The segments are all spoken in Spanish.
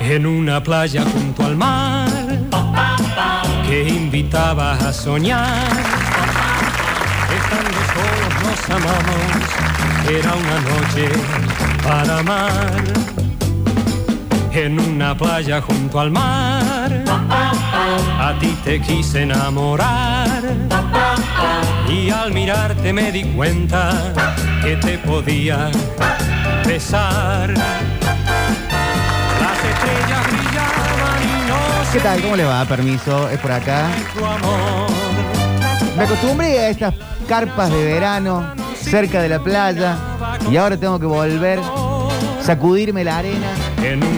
en una playa junto al mar que invitaba a soñar. Estando solos nos amamos, era una noche para amar. En una playa junto al mar, a ti te quise enamorar. Y al mirarte me di cuenta que te podía besar. Las estrellas brillaban y no ¿Qué tal? ¿Cómo le va? Permiso, es por acá. se tu amor. Me acostumbré a estas carpas de verano cerca de la playa y ahora tengo que volver, sacudirme la arena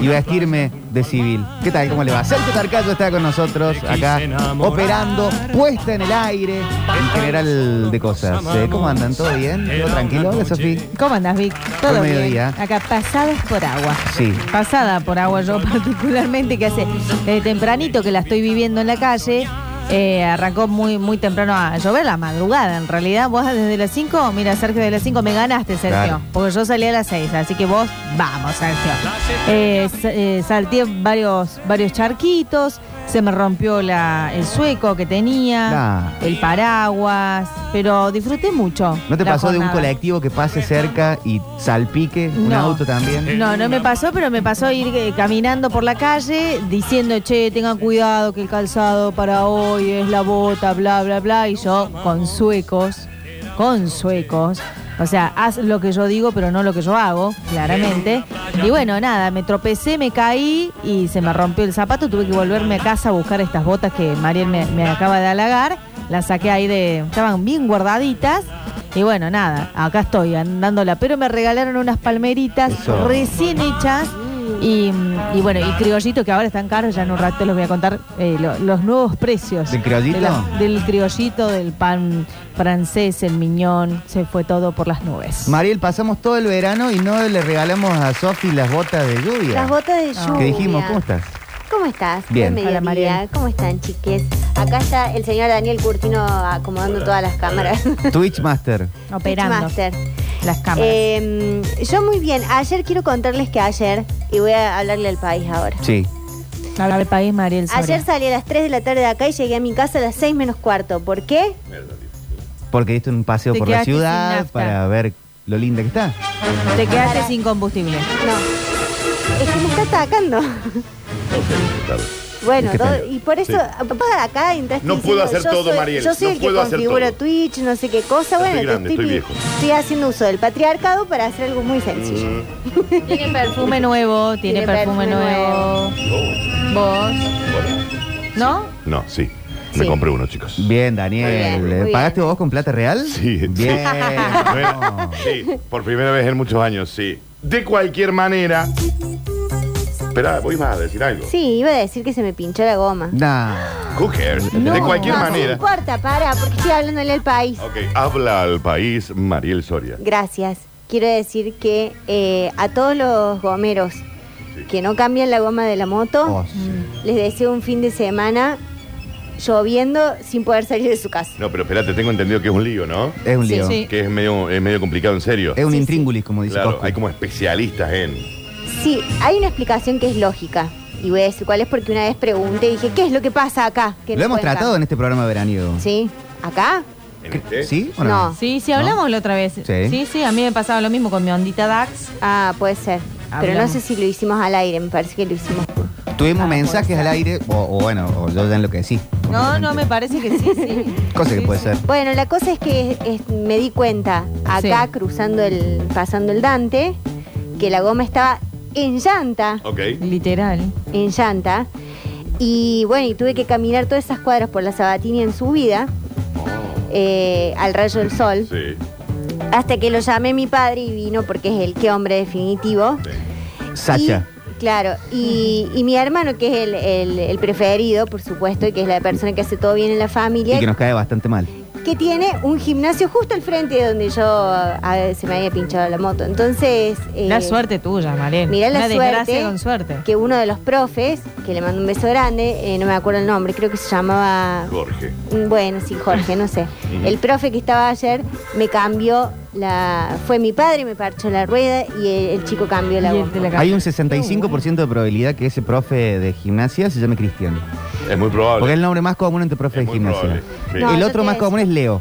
y vestirme de civil. ¿Qué tal? ¿Cómo le va? Sergio Tarcayo está con nosotros acá operando, puesta en el aire, en general de cosas. Eh, ¿Cómo andan? ¿Todo bien? ¿Todo tranquilo? Hola, Sofi. ¿Cómo andas, Vic? Buen Todo bien. mediodía. Acá pasadas por agua. Sí. Pasada por agua yo particularmente, que hace eh, tempranito que la estoy viviendo en la calle. eh, arrancó muy muy temprano a llover, la madrugada en realidad. Vos desde las 5, mira Sergio, desde las 5 me ganaste, Sergio. Claro. Porque yo salí a las 6, así que vos, vamos, Sergio. Eh, sa- eh, salté varios, varios charquitos, se me rompió la- el sueco que tenía, Nah. el paraguas, pero disfruté mucho. ¿No te la pasó de un jornada. colectivo que pase cerca y salpique un No. auto también? No, no me pasó, pero me pasó ir eh, caminando por la calle diciendo, che, tengan cuidado que el calzado para hoy es la bota, bla, bla, bla. Y yo con suecos, con suecos. O sea, haz lo que yo digo, pero no lo que yo hago, claramente. Y bueno, nada, me tropecé, me caí y se me rompió el zapato. Tuve que volverme a casa a buscar estas botas que Mariel me, me acaba de halagar. Las saqué ahí de... Estaban bien guardaditas. Y bueno, nada, acá estoy andándola. Pero me regalaron unas palmeritas Eso. recién hechas. Y, mm, y bueno, y criollitos que ahora están caros, ya en un rato les voy a contar eh, lo- los nuevos precios. ¿Del criollito? De las- del criollito, del pan francés, el miñón, se fue todo por las nubes. Mariel, pasamos todo el verano y no le regalamos a Sofi las botas de lluvia. Las botas de Ah. lluvia. Que dijimos, ¿cómo estás? ¿Cómo estás? Bien. Buen Hola, mediodía. Mariel. ¿Cómo están, chiques? Acá está el señor Daniel Curtino acomodando todas las cámaras. Twitch Master. operando Master. las cámaras. Eh, yo muy bien. Ayer quiero contarles que ayer, y voy a hablarle al país ahora. Sí. Habla del país, Mariel. Soria. Ayer salí a las 3 de la tarde de acá y llegué a mi casa a las 6 menos cuarto. ¿Por qué? Porque diste un paseo Te por la quedaste sin ciudad nafta. para ver lo linda que está. Te quedaste sin combustible. No. Es que me está atacando. Bueno, ¿Y qué tal? do- y por eso, papá, acá entraste No diciendo, puedo hacer yo todo, soy- Mariel, Yo soy no el que puedo hacer configura todo. Twitch, no sé qué cosa. Bueno, te grande, estoy, estoy viejo. estoy haciendo uso del patriarcado para hacer algo muy sencillo. Tiene perfume nuevo, tiene, Tiene perfume, perfume nuevo. Vos. ¿No? Oh, No, sí. Me Sí. compré uno, chicos. Bien, Daniel. Muy bien, muy ¿Pagaste bien. vos con plata real? Sí. Bien. Bueno, sí, por primera vez en muchos años, sí. De cualquier manera. Espera, voy más a decir algo. Sí, iba a decir que se me pinchó la goma. Nah. Who cares? No, de cualquier no, No manera. importa, para, porque estoy hablándole al país. Ok, habla al país Mariel Soria. Gracias. Quiero decir que eh, a todos los gomeros que no cambian la goma de la moto, Oh, sí. les deseo un fin de semana lloviendo sin poder salir de su casa. No, pero espérate, tengo entendido que es un lío, ¿no? Es un Sí, lío. sí. Que es medio, es medio complicado, en serio. Es un Sí, sí. intríngulis, como dice Claro, Coscu. hay como especialistas en. Sí, hay una explicación que es lógica. Y voy a decir cuál es porque una vez pregunté y dije, ¿qué es lo que pasa acá? Que Lo no hemos pueden tratado en este programa veraniego. cambiar? Sí, ¿acá? en este. ¿Sí o no? No. Sí, sí, hablamos ¿No? la otra vez. Sí. sí, a mí me pasaba lo mismo con mi ondita DAX. Ah, puede ser. Pero no Hablamos. sé si lo hicimos al aire, me parece que lo hicimos. Tuvimos Ah, mensajes al aire, o, o bueno, o yo ya enloquecí. No, no, me parece que sí, sí. Cosa que Sí, puede sí. ser. Bueno, la cosa es que es- me di cuenta acá Sí. cruzando el, pasando el Dante, que la goma estaba en llanta, Ok. Literal. en llanta. Y bueno, y tuve que caminar todas esas cuadras por la Sabatini en subida, Oh. eh, al rayo del sol, Sí. hasta que lo llamé mi padre y vino porque es el que hombre definitivo. sí. Sacha. Y- claro, y, y mi hermano, que es el, el- el preferido, por supuesto, y que es la persona que hace todo bien en la Y, familia, que nos cae bastante mal. que tiene un gimnasio justo al frente de donde yo ah, se me había pinchado la moto. Entonces, eh, La suerte tuya, Mariel. mirá la Una suerte desgracia con suerte. que uno de los profes, que le mando un beso grande, eh, no me acuerdo el nombre, creo que se llamaba, Jorge. mm, bueno, sí, Jorge, no sé, el profe que estaba ayer me cambió la, fue mi padre, me parchó la rueda y el, el chico cambió la Y el voz. de la Hay un 65% de probabilidad que ese profe de gimnasia se llame Cristian. Es muy probable. Porque es el nombre más común entre profes Es de muy gimnasia. probable, sí. No, el yo otro te más decía. común es Leo.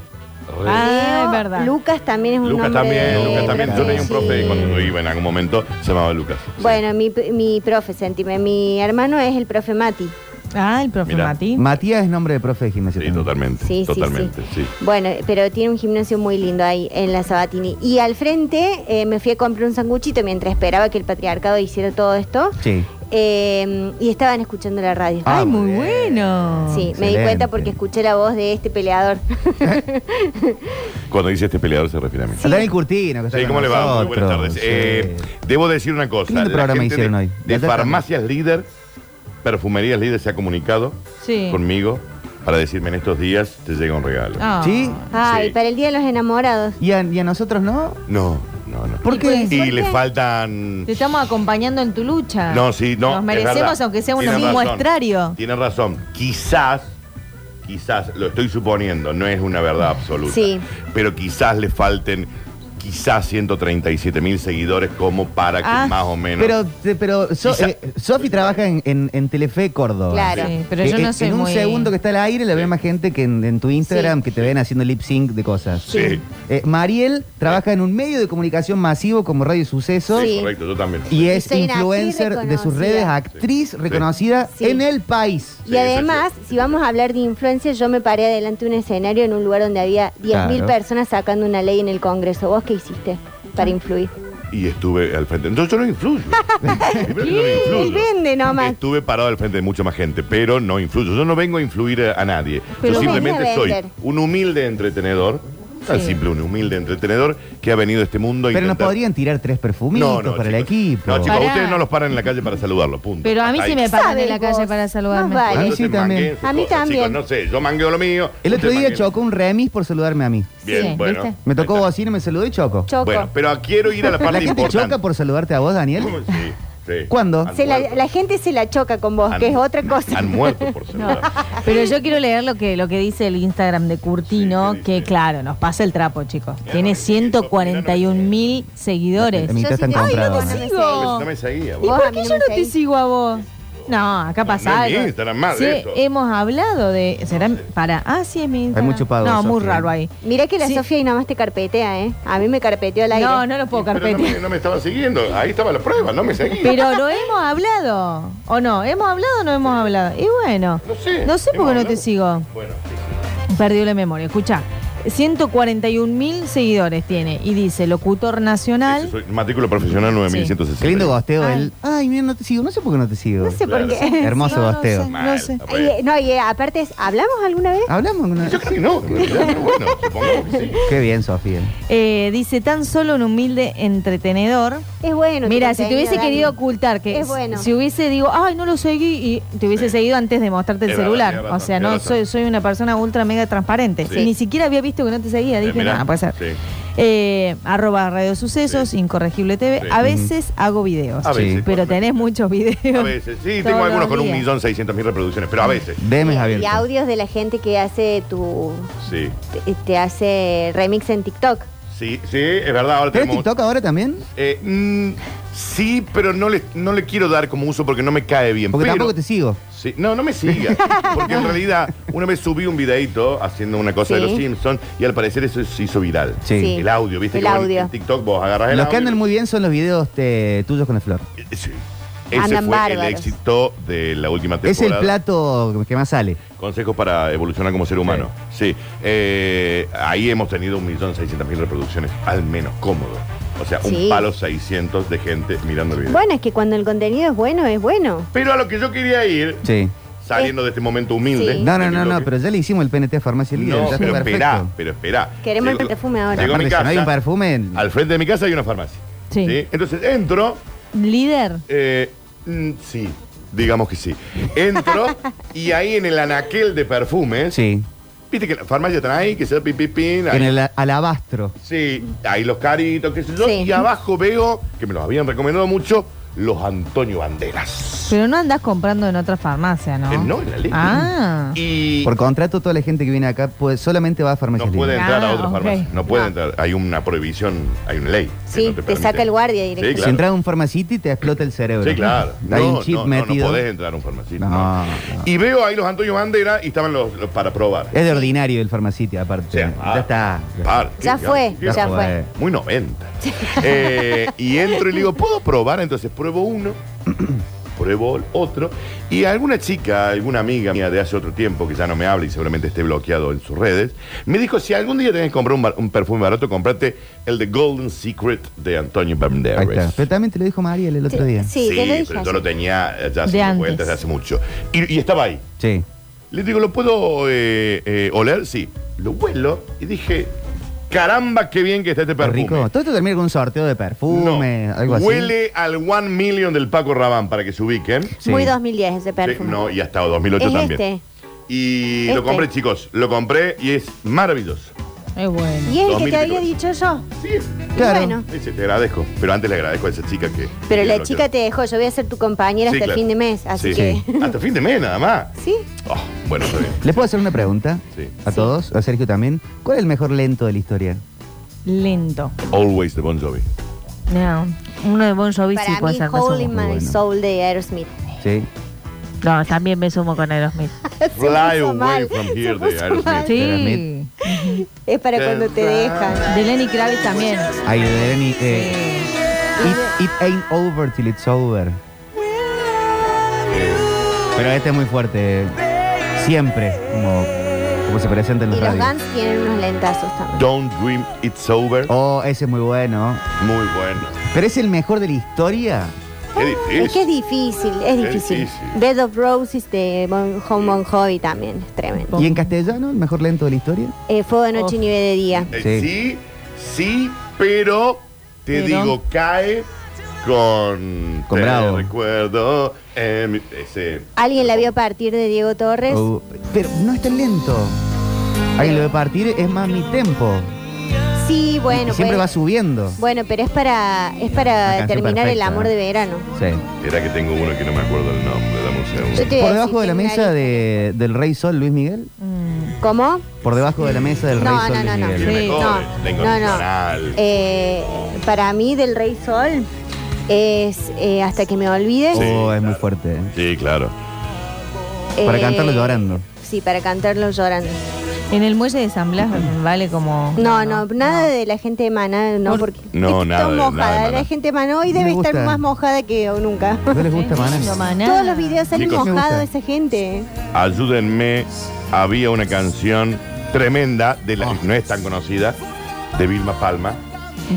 Re- Ah, es verdad. Lucas también es un Lucas nombre también, de- Lucas también. Yo tenía un profe sí. que cuando iba en algún momento se llamaba Lucas. Sí. Bueno, mi, mi profe, sentime, mi hermano es el profe Mati. Ah, el profe Mirá. Martín. Matías es nombre de profe de gimnasia. Sí, también. totalmente. Sí, sí, totalmente, sí. Bueno, pero tiene un gimnasio muy lindo ahí en la Sabatini. Y al frente eh, me fui a comprar un sanguchito mientras esperaba que el patriarcado hiciera todo esto. Sí. Eh, y estaban escuchando la radio. Ah, Ay, muy muy bien. bueno. sí, me di excelente. cuenta porque escuché la voz de este peleador. Cuando dice este peleador se refiere a mí. A Daniel Curtino, que está Sí, con ¿cómo le va? Muy buenas nosotros, tardes. Eh, sí. debo decir una cosa. Qué lindo La programa gente hicieron de, hoy. de Desde Farmacias Líder, Perfumerías Líder se ha comunicado Sí. conmigo para decirme en estos días te llega un regalo. Ah. ¿Sí? Ay, Sí. para el Día de los Enamorados. ¿Y a, y a nosotros no? No, no, no. ¿Por pues, qué? Y ¿Por le qué? faltan... Te estamos acompañando en tu lucha. No, sí, no. Nos es merecemos, verdad. aunque sea un Tiene razón, muestrario. Tiene razón. Quizás, quizás, lo estoy suponiendo, no es una verdad absoluta. Sí. Pero quizás le falten quizás 137 mil seguidores como para que Ah, más o menos... Pero, te- pero So- Quizá- eh, Sofi trabaja en, en- en Telefe Córdoba. Claro. Sí, pero yo Eh, no eh, soy En un muy- segundo que está al aire le ve más gente que en, en tu Instagram Sí. que te ven haciendo lip sync de cosas. Sí. Sí. Eh, Mariel trabaja en un medio de comunicación masivo como Radio Suceso. Sí, Sí. correcto, yo también. Y es Soy una actriz influencer de sus reconocida. redes, actriz reconocida Sí. en el país. Sí, Y además, sí, sí. si vamos a hablar de influencia, yo me paré adelante de un escenario en un lugar donde había 10.000 Claro. personas sacando una ley en el Congreso. ¿Vos qué hiciste para influir? Y estuve al frente. Entonces yo no influyo. Primero que yo no influyo. Él vende nomás. Estuve parado al frente de mucha más gente, pero no influyo. Yo no vengo a influir a, a nadie. Pero Yo venía simplemente a soy vender. un humilde entretenedor, tan Sí. simple, un humilde entretenedor que ha venido a este mundo a Pero nos intentar- podrían tirar tres perfumitos No, no, para el chicos. equipo. No, chicos, Pará. ustedes no los paran en la calle para saludarlo, punto. Pero a mí Hasta sí ahí. me paran en la Sabes calle vos, para saludarme. más Cuando vale. A mí sí se también. mangueen sus A mí cosas, también. chicos, no sé, yo mangueo lo mío. el otro ustedes día mangueen- chocó un remis por saludarme a mí. Bien, Sí, bueno. ¿viste? Me tocó Ahí está. bocina y me saludó y choco. Choco. Bueno, pero quiero ir a la parte ¿La gente importante. choca por saludarte a vos, Daniel? Sí, sí. ¿Cuándo? Han Se la, muerto. la gente se la choca con vos, Han- que es otra cosa. Han muerto por No, saludar. Pero yo quiero leer lo que, lo que dice el Instagram de Curtino, Sí, ¿qué que dice? claro, nos pasa el trapo, chicos. Tiene no, 141 mil seguidores. La mitad Yo sí están te- Ay, no comprados. te sigo. Sigo. No me ¿Y seguía, vos. Vos por a mí qué no yo me no te seguís. sigo a vos? No, acá pasa no es mi algo. Instagram, más de eso. hemos hablado de. ¿Será para? Ah, sí, es mi Instagram. mucho pago, No, muy Sofía. raro ahí. Mirá que la Sí. Sofía y nomás te carpetea, ¿eh? A mí me carpeteó al aire. No, no lo puedo Pero no, me, carpetear. no me estaba siguiendo. Ahí estaba la prueba, no me seguía. Pero lo hemos hablado. ¿O no? ¿Hemos hablado o no hemos hablado? Y bueno. no sé. No sé por qué no hemos te hablado. sigo. Bueno, sí, Perdió la memoria. Escucha. 141 mil seguidores tiene. Y dice locutor nacional. sí, soy matrícula profesional 9160. Qué lindo gosteo Ay. él. Ay, mira, no te sigo. No sé por qué no te sigo. No sé Claro. por qué. Hermoso No, no gosteo. sé. Mal, sé. está Y, bien. eh, no, y eh, aparte, es- ¿hablamos alguna Ah. vez? Hablamos. una- Yo creo que no. en realidad, pero Bueno, supongamos que sí. Qué bien, Sofía. Eh, dice tan solo un humilde entretenedor. Es bueno. tu Mira, si te contenido, hubiese Dani. querido ocultar que Es bueno. si hubiese digo, ay, no lo seguí y te hubiese Sí. seguido antes de mostrarte el Es verdad, celular. tiene o razón, sea, tiene no razón. soy, soy una persona ultra mega transparente. Sí. Y ni siquiera había visto que no te seguía. Eh, Dije, mirá, nada, puede ser. sí. Eh, arroba Radio Sucesos, Sí. Incorregible TV. Sí. A veces hago videos. A veces. Pero tenés muchos videos. A veces. Todos Sí, tengo algunos los con un días. Mm. millón seiscientos mil reproducciones, pero a veces. Demes Y abiertos. audios de la gente que hace tu. Sí. te- eh, te hace remix en TikTok. Sí, sí, es verdad. Ahora ¿Tenés tenemos. TikTok ahora también? Eh, mm, sí, pero no le, no le quiero dar como uso porque no me cae bien. Porque pero- tampoco te sigo. Sí, no, no me sigas. Porque en realidad, una vez subí un videito haciendo una cosa de Sí. los Simpsons y al parecer eso se hizo viral. Sí. Sí. El audio, ¿viste? El que vos en- audio. En TikTok vos agarras el Los que audio. andan muy bien son los videos eh, tuyos con la flor. Eh, sí. Ese Andan fue el bárbaros. éxito de la última temporada. Es el plato que más sale. Consejos para evolucionar como ser humano. Sí. Eh, ahí hemos tenido 1.600.000 reproducciones, al menos cómodo. O sea, un Sí. palo 600 de gente mirando el video. Bueno, es que cuando el contenido es bueno, es bueno. Pero a lo que yo quería ir, Sí. saliendo de este momento humilde. Sí. No, no, de mi no, no, bloque, pero ya le hicimos el PNT a Farmacia Líder. No, ya está pero perfecto. esperá, pero esperá. Queremos el Llego- perfume ahora. Llego a mi Aparte, si no hay un casa, perfume, al frente de mi casa hay una farmacia. Sí. Entonces entro, Líder. eh, mm, sí, digamos que sí. Entro y ahí en el anaquel de perfumes, sí. viste que la farmacia están ahí, que se da pin, pin, pin, ahí, En el a- alabastro. Sí, ahí los caritos, qué sé yo. Sí. Y abajo veo, que me los habían recomendado mucho, los Antonio Banderas. Pero no andás comprando en otra farmacia, ¿no? Eh, no, en la ley. Ah. Y Por contrato, toda la gente que viene acá puede- solamente va a farmacias no puede libres. entrar a Ah, otra ok. farmacia. No puede No. entrar. Hay una prohibición, hay una ley. que Sí, no te permite. saca el guardia directamente. Si Sí, claro. entras a un farmacity te explota el cerebro. Sí, claro. Hay no, un chip no, no, metido. No, podés entrar a un farmacéutico. No, No, no. Y veo ahí los Antonio Bandera y estaban los, los para probar. Es de ordinario el farmacity, aparte. Sí, ya ah, está. Par, Ya qué- fue, qué- ya qué- fue. Muy 90. Eh, y entro y le digo, ¿puedo probar? Entonces pruebo uno, pruebo el otro. Y alguna chica, alguna amiga mía de hace otro tiempo, que ya no me habla y seguramente esté bloqueado en sus redes, me dijo, si algún día tenés que comprar un, bar- un perfume barato, comprate el de Golden Secret de Antonio Ahí está. Banderas. Pero también te lo dijo Mariel el otro día. Sí, te lo dije. pero yo ayer. lo tenía eh, ya hace De de antes. cuenta, desde hace mucho. Y, y estaba ahí. Sí. Le digo, ¿lo puedo eh, eh, oler? Sí. Lo huelo y dije, caramba, qué bien que está este perfume. Rico. Todo esto termina con un sorteo de No. perfume, algo así. Huele al One Million del Paco Rabán, para que se ubiquen. Sí, Sí. Muy 2010 ese perfume. no, y hasta 2008 es también. este. Y Este. lo compré, chicos. Lo compré y es maravilloso. Es bueno. Y es el que 2000 te había pico. dicho yo. Sí, Claro. Bueno, dice, te agradezco. Pero antes le agradezco a esa chica que. Ah. pero que la lo chica quiero. te dejó. Yo voy a ser tu compañera Sí, hasta el claro. fin de mes. Así Sí. que. Hasta fin de mes, nada más. ¿Sí? Oh, bueno, está bien. ¿Les puedo hacer una pregunta? Sí. A todos, a Sergio también. ¿Cuál es el mejor lento de la historia? Lento. Always the Bon Jovi. No. Uno de Bon Jovi sí Para puede mí, ser me Holy sumo. muy My bueno. Soul de Aerosmith. Sí. No, también me sumo con Aerosmith. Fly puso away mal, from se here de puso mal. Aerosmith. Sí. Aerosmith. Es para Qué cuando te raro. dejan. De Lenny Kravitz también. Ahí de Lenny. eh, Sí. it, it ain't over till it's over. Eh, Pero este es muy fuerte. Siempre. Como, como se presenta en Y los los radios. Guns tienen unos lentazos también. Don't Dream It's Over. Oh, ese es muy bueno. Muy bueno. ¿Pero es el mejor de la historia? Qué difícil. Es que es difícil, es difícil. difícil. Bed of Roses de Bon, Home Bon Jovi también es tremendo. ¿Y Oh. en castellano el mejor lento de la historia? Eh, fuego de noche y nieve de día. Eh, Sí. sí, sí, pero te Pero. digo, cae con. Con te Bravo. recuerdo. eh, mi- ese. Alguien la vio partir de Diego Torres. Oh, pero no es tan lento. Alguien lo de partir es más mi tempo. Sí, bueno, Siempre va pues- subiendo. bueno, pero es para es Una para canción terminar el perfecta. ¿eh? amor de verano. Sí. Era que tengo uno que no me acuerdo el nombre, dame un Yo segundo. te- Por Sí, debajo de la tengo mesa una de- del Rey Sol, Luis Miguel. Mm. ¿Cómo? Por debajo de la mesa del Rey No, Sol, no, no, Luis no. Miguel. Tiene Sí, mejores, no, no, la no. incondicional. Eh, para mí del Rey Sol es eh, hasta que me olvides. Sí, Oh, es muy claro. fuerte. Sí, claro. Para Eh, cantarlo llorando. Sí, para cantarlo llorando. En el muelle de San Blas vale como. No, no, nada de la gente de Maná, no, Por- porque No, está nada de- nada de mojada. Maná. la gente de Maná hoy Me debe estar gusta. más mojada que nunca. ¿No les gusta Maná? No, maná. Todos los videos salen Chicos, me mojados gusta. de esa gente. Ayúdenme, había una canción tremenda, de Ah. la, no es tan conocida, de Vilma Palma.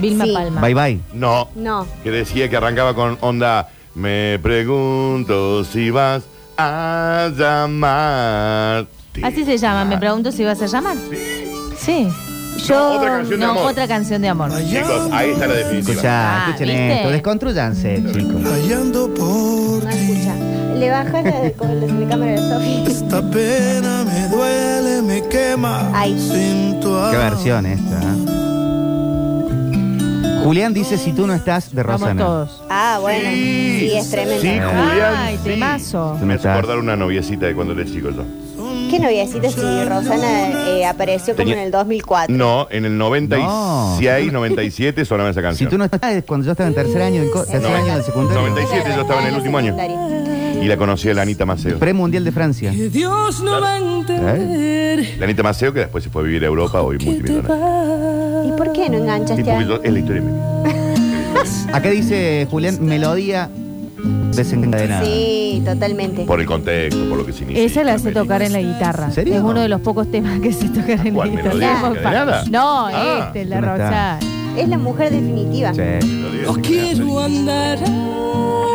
Vilma Sí. Palma. Bye bye. No, No. que decía que arrancaba con onda. Me pregunto si vas a llamar. Así se llama, Ah. me pregunto si vas a llamar. Sí. Yo. otra canción. de no, amor. otra canción de amor. Chicos, ahí está la definitiva. Escucha, Ah, escuchen ¿viste? esto. Desconstruyanse, chicos. Hallando por No escucha. Le bajas la, de- con la telecámara de Sofi. esta pena me duele, me quema. Ay. Sin tu Qué amor. Ah. versión esta. ¿eh? Julián dice: Si tú no estás, de Vamos Rosana. todos. Ah, bueno. Sí, es tremendo. Sí, Julián. Ay, sí. temazo. Me hace acordar una noviecita de cuando era chico yo. Qué noviecita si Rosana eh, apareció como Tenía- en el 2004. No, en el 96, 97 sonaba esa Si canción. tú no estás, es cuando yo estaba en tercer año, en co- tercer No, año del secundario. 96. 97, yo estaba en el último año. Y la conocí a la Anita Maceo. Premundial de Francia. ¿Eh? Dios no va a entender La Anita Maceo que después se fue a vivir a Europa hoy que te multimillonaria. vas. ¿Y por qué no Sí, enganchaste porque yo- a es la historia de mi vida. Acá dice Julián: Melodía desencadenada. Sí, totalmente. Por el contexto, por lo que significa. Esa la sé tocar en la guitarra. ¿En serio? Es uno de los pocos temas que sé tocar en la ¿Cuál, guitarra. melodía Vamos, pa- desencadenada? No, Ah. este, el de ¿Dónde está? Rocha. Es la mujer definitiva. Sí. No quiero andar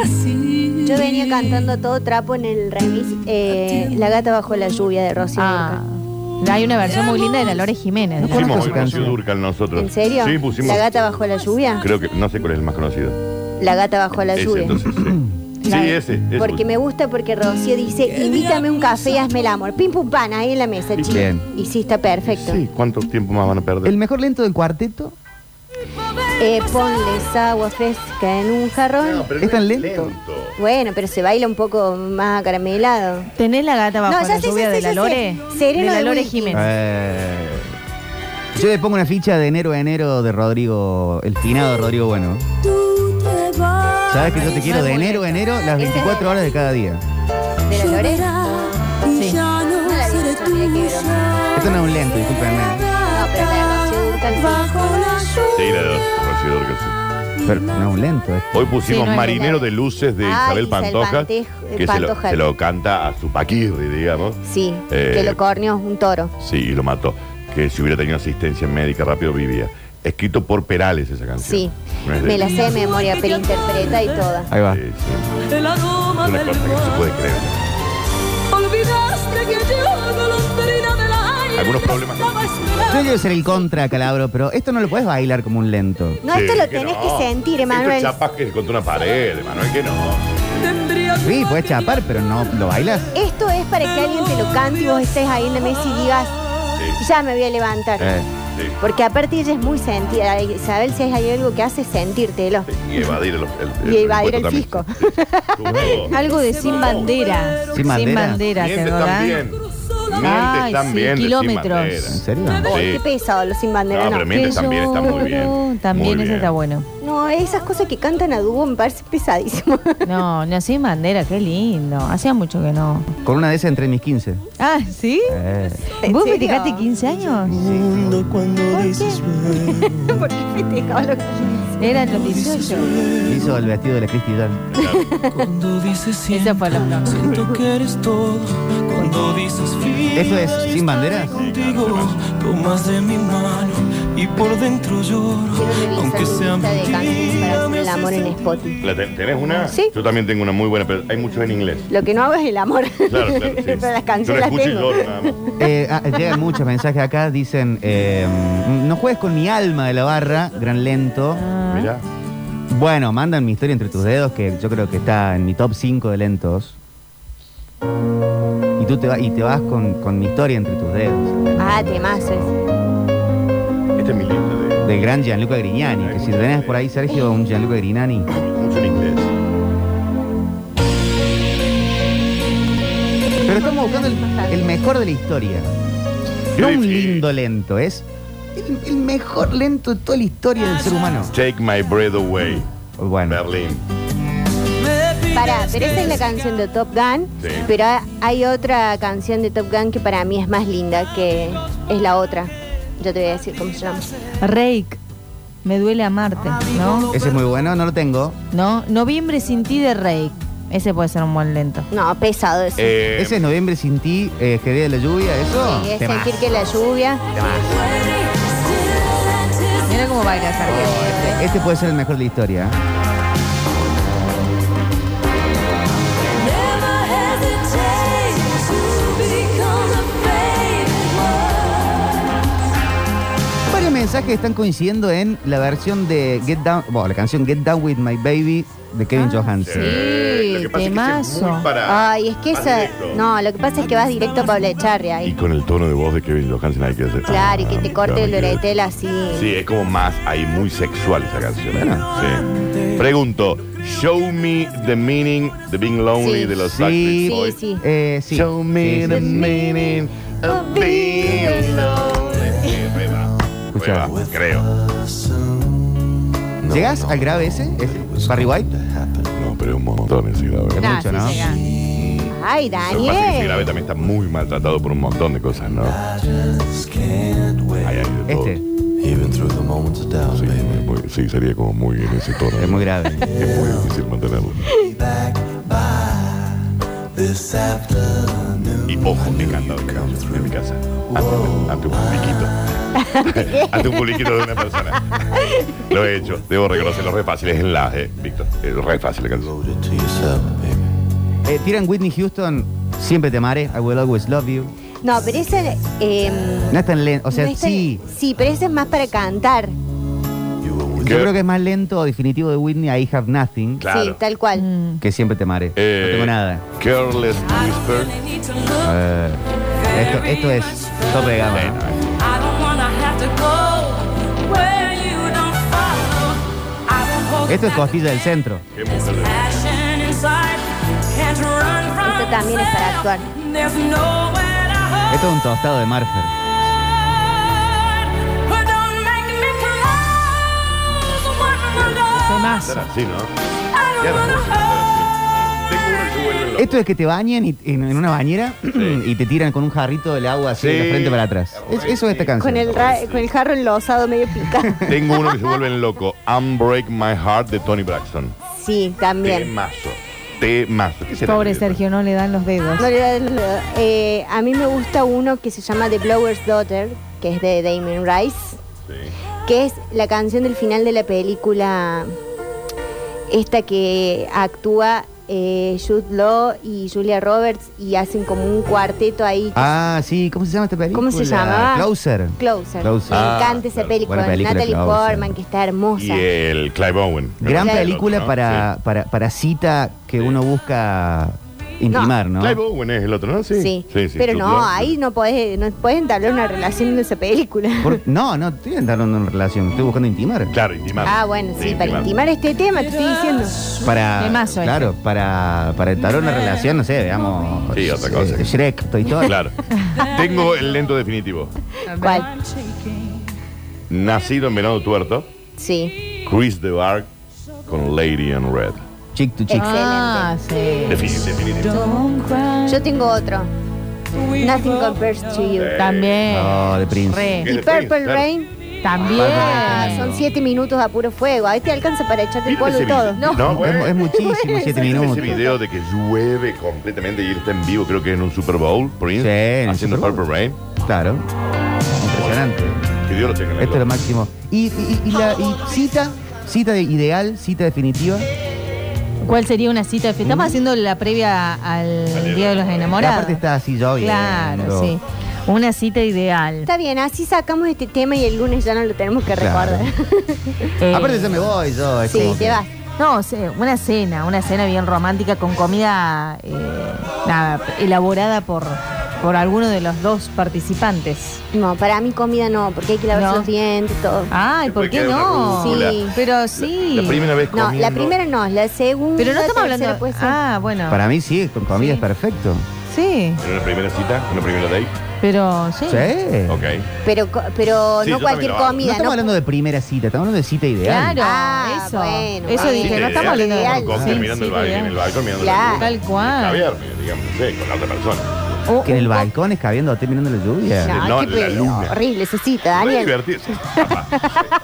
así. Yo venía cantando a todo trapo en el remix eh, La gata bajo la lluvia de Rocío Ah, Dúrcal. hay una versión muy linda de la Lore Jiménez. No conozco esa Pusimos hoy Rocío canción. Durcal nosotros. ¿En serio? Sí, pusimos. La gata bajo la lluvia. Creo que, no sé cuál es el más conocido. La gata bajo la Ese, lluvia. entonces, sí. La- Sí, ese. ese Porque me gusta porque Rocío dice, invítame un café y hazme el amor. Pim pum pan ahí en la mesa, Bien. chicos. Y sí, está perfecto. Sí, ¿cuánto tiempo más van a perder? El mejor lento del cuarteto. Eh, ponles agua fresca en un jarrón. No, pero ¿Es tan no lento? Bueno, pero se baila un poco más acaramelado. ¿Tenés la gata bajo No, ya la sé, lluvia ya sé, de la ya sé. Lore? Sereno de la de Lore Wiki. Jiménez. Eh, yo le pongo una ficha de enero a enero de Rodrigo, el finado de Rodrigo Bueno. Tú te vas. Sabes que yo te quiero de enero a enero las 24 horas de cada día. ¿De la Lore? Y Sí. ya no No la vi, seré no sabía que era. tuya. Esto no es un lento, discúlpenme. No, pero la de Rocío Dúrcal sí. Bajo la Sí, la lluvia. dos, Rocío Dúrcal, sí. Pero no es un lento. es- Hoy pusimos Sí, no es Marinero de Luces de Ah, Isabel Isabel Pantoja, Pantejo- que se lo, Pantoja. se lo canta a su Paquirri, digamos. Sí, Eh, que lo corneó un toro. Sí, y lo mató. Que si hubiera tenido asistencia médica rápido vivía. Escrito por Perales esa canción. Sí. No es de- Me la sé de memoria, pero interpreta y toda. Ahí va. Sí, sí. El aroma Es una del cosa que no se mar. puede creer. Olvidaste que yo, golondrina del aire, Algunos te problemas. estaba Yo esperando. quiero ser el contra, Calabro, pero esto no lo puedes bailar como un lento. No, Sí, esto lo que tenés no. que sentir, Esto Emanuel. es chapas que contra una pared, Emanuel, que no. Tendría Sí, pues. puedes chapar, pero no lo bailas. Esto es para que alguien te lo cante y vos estés ahí en la mesa y digas, Sí, ya me voy a levantar. Eh, sí. Porque aparte ella es muy sentida. Isabel, si hay algo que hace, sentírtelo. Y evadir el, el- Y evadir el impuesto también. Sí, sí. Algo de sin bandera. ¿Sin bandera? Mientes ¿te acordás? ¿eh? también. Mientes Ay, sí, también. de kilómetros. Sin Bandera. ¿En serio? Oh, Sí. qué pesado, los sin bandera, No, no. pero mientes también está muy bien. También ese Muy bien. está bueno. No, esas cosas que cantan a dúo me parece pesadísimo. No, no, sin bandera, qué lindo. Hacía mucho que no. Con una de esas entré en mis 15. Ah, ¿sí? Eh, ¿En ¿Vos serio? festejaste 15 años? Mundo cuando ¿Por dices bueno. ¿Por qué festejaba los 15? Eran los 18. hizo el vestido de la Cristi Dunn. Cuando dices Esa fue la siento, siento que eres todo. Cuando dices ¿Esto es sin bandera? banderas? Contigo tomas de mi mano y por dentro lloro. Quiero revisar Aunque mi sea lista de canciones para mentira, hacer me el haces amor en Spotify. ¿La ten- ¿Tenés una? Sí. Yo también tengo una muy buena, pero hay mucho en inglés. Lo que no hago es el amor. Claro, claro. sí. Pero las Yo canciones la las escucho y tengo. lloro nada más. Eh, ah, llegan muchos mensajes acá, dicen, eh, no juegues con mi alma de la barra, gran lento. Ah. Mirá. Bueno, mandan mi historia entre tus dedos, que yo creo que está en mi top 5 de lentos. Y tú te, va- y te vas con, con mi historia entre tus dedos. Ah, temazos. Esta este es mi lista de Del gran Gianluca Grignani. Que si tenés por ahí, Sergio, un Gianluca Grignani. mucho en inglés. Pero estamos buscando el, el mejor de la historia. Qué No un difícil. lindo lento, es el, el mejor lento de toda la historia del ser humano. Take My Breath Away, Bueno, Berlín. Pará, pero esa es la canción de Top Gun. Sí. Pero ha- hay otra canción de Top Gun que para mí es más linda, que es la otra. Yo te voy a decir cómo se llama. Reik, me duele amarte, ¿no? ese es muy bueno, no lo tengo. ¿No? Noviembre sin ti de Reik. Ese puede ser un buen lento. No, pesado eso. Eh, Ese es Noviembre sin ti, eh, que día de la lluvia, eso. Sí, es Temazo, sentir que la lluvia. temazo. Mira cómo baila Oh, Sergio. Este puede ser el mejor de la historia. ¿eh? Never hesitate to become a favorite one. Varios mensajes están coincidiendo en la versión de Get Down, bueno, la canción Get Down with My Baby de Kevin Ah, Johansen. eh, lo Sí, que pasa es que ese es temazo. muy para- Ay, es que más esa. directo. No, lo que pasa es que vas directo a Pablo Echarri Y ahí. con el tono de voz de Kevin Johansen hay que hacer. Claro, y que te corte el Claro, que- loretel así. Sí, es como más ahí muy sexual esa canción. ¿eh? Sí. Pregunto, Show Me the Meaning, The Being Lonely Sí. de los Sí. Sí, Backstreet Boys. sí. Eh, sí. Show me Sí, the sí, sí. meaning of being lonely. Sí, ahí va, ahí Escucha. va, creo. ¿Llegás al grave ese? ¿Es Barry White? No, pero es un montón ese grave. Nah, mucho, sí ¿no? llega. Ay, Lo que pasa es que ese grave Daniel. también está muy maltratado por un montón de cosas, ¿no? Ay, ay, de todo. Este Sí, muy- muy- sí, sería como muy en ese tono. es muy grave. Es muy difícil mantenerlo. Y ojo, me encanta en mi casa. Ante, ante un publiquito. ante un publiquito de una persona. Lo he hecho, debo reconocerlo, re fácil. Es en la, eh, Víctor. Es re fácil la canción. Eh, tiran Whitney Houston, siempre te amaré, I will always love you. No, pero ese. eh, No es tan lento, o sea, no es tan- sí. Sí, pero ese es más para cantar. ¿Qué? Yo creo que es más lento o definitivo de Whitney, I have nothing, Sí, tal cual. que siempre te amaré. Eh, no tengo nada. Careless Whisper. Eh, esto, esto es tope de gama. Bueno, I don't wanna have to go where you don't follow. Esto es Costilla del Centro. Qué mujer de- Esto también es para actuar. Esto es un tostado de Marfer. Temazo. Estar así, ¿no? Qué hermoso estar así. Te juro que vuelven locos. Esto es que te bañen y- en, en una bañera y te tiran con un jarrito del agua así de Sí. frente para atrás. Es- eso es esta canción. Con el, ra- con el jarro enlosado medio picado. Tengo uno que se vuelve loco. Unbreak My Heart de Tony Braxton. Sí, también. Temazo. Temazo. ¿Qué será? Pobre Sergio, no le dan los dedos. No le da- no le da- eh, a mí me gusta uno que se llama The Blower's Daughter, que es de Damien Rice, Sí. que es la canción del final de la película, esta que actúa eh, Jude Law y Julia Roberts y hacen como un cuarteto ahí. Ah, sí, ¿cómo se llama esta película? ¿Cómo se llamaba? Closer. Closer. Closer. Me Ah, encanta esa claro. película. Buena película, Natalie Closer. Portman, que está hermosa. Y el Clive Owen. Me Gran parece película el otro, ¿no? para, para, para cita que uno busca intimar, Sí. ¿no? Clive Owen es el otro, ¿no? Sí. Sí. Pero Jude no, Law. ahí no podés, no podés entablar una relación en esa película. Por- no, no estoy entrando en una relación, estoy buscando intimar. Claro, intimar. Ah, bueno, sí, para intimar este tema, te estoy diciendo. Para, Temazo claro, para, para entablar una relación, no sé, digamos. Sí, otra cosa. eh, Shrek, Toy Story. Claro. Tengo el lento definitivo. ¿Cuál? Nacido en Venado Tuerto, Sí, Chris de Barg con Lady in Red. Chick to chick. Ah, sí. Defini- definitivo. yo tengo otro. Nothing compares to you. Eh, También. No, oh, de Prince. Eh, Re. Y Purple Rain, ah, Eh, También. son siete minutos a puro fuego. Ahí te alcanza para echarte el Miren polvo ese y todo. video. Es- bueno. es, muchísimo, siete ¿Viste minutos. Ese video de que llueve completamente y él está en vivo, creo que en un Super Bowl, Prince, Sí, en el haciendo Super Bowl. Purple Rain. Claro. Impresionante. Que Dios lo tenga en la Esto es lo gloria. máximo. Y, y- y la y cita, cita de ideal, cita definitiva. ¿Cuál sería una cita? de fiesta? Estamos haciendo la previa al Día de los Enamorados. Aparte está así yo. y- Claro, sí. Una cita ideal. Está bien, así sacamos este tema y el lunes ya no lo tenemos que Claro. recordar. Eh, Aparte yo me voy, yo. es Sí, como te que- vas. No, sé, una cena, una cena bien romántica con comida eh, nada, elaborada por, por alguno de los dos participantes. No, para mí comida no, porque hay que lavarse No. los dientes, todo. Ay, ¿por puede qué quedar una no? rúcula. Sí, pero sí. La primera vez Oh, No, la comiendo- primera no, la segunda. pero no estamos tercera hablando. puede ser. Ah, bueno. Para mí sí, con comida es perfecto. Sí, ¿En una primera cita? ¿En ¿Una primera date? pero sí. Sí. Ok. Pero, co- pero Sí, no yo también cualquier lo hago. No comida, estamos ¿no? hablando de primera cita, estamos hablando de cita ideal. Claro, Ah, eso. bueno, eso vale. dije, Cita no estamos ideal, hablando de con cóctel sí, mirando el cita balcón, en ideal. el balcón mirando Claro. la Tal luna. cual. Javier, digamos, no sé, con la otra persona. O- Que en el o- balcón es cabiendo a mirando la lluvia. No, No, qué la pe- luna. horrible esa cita, Muy Daniel. divertido. Sí, papá.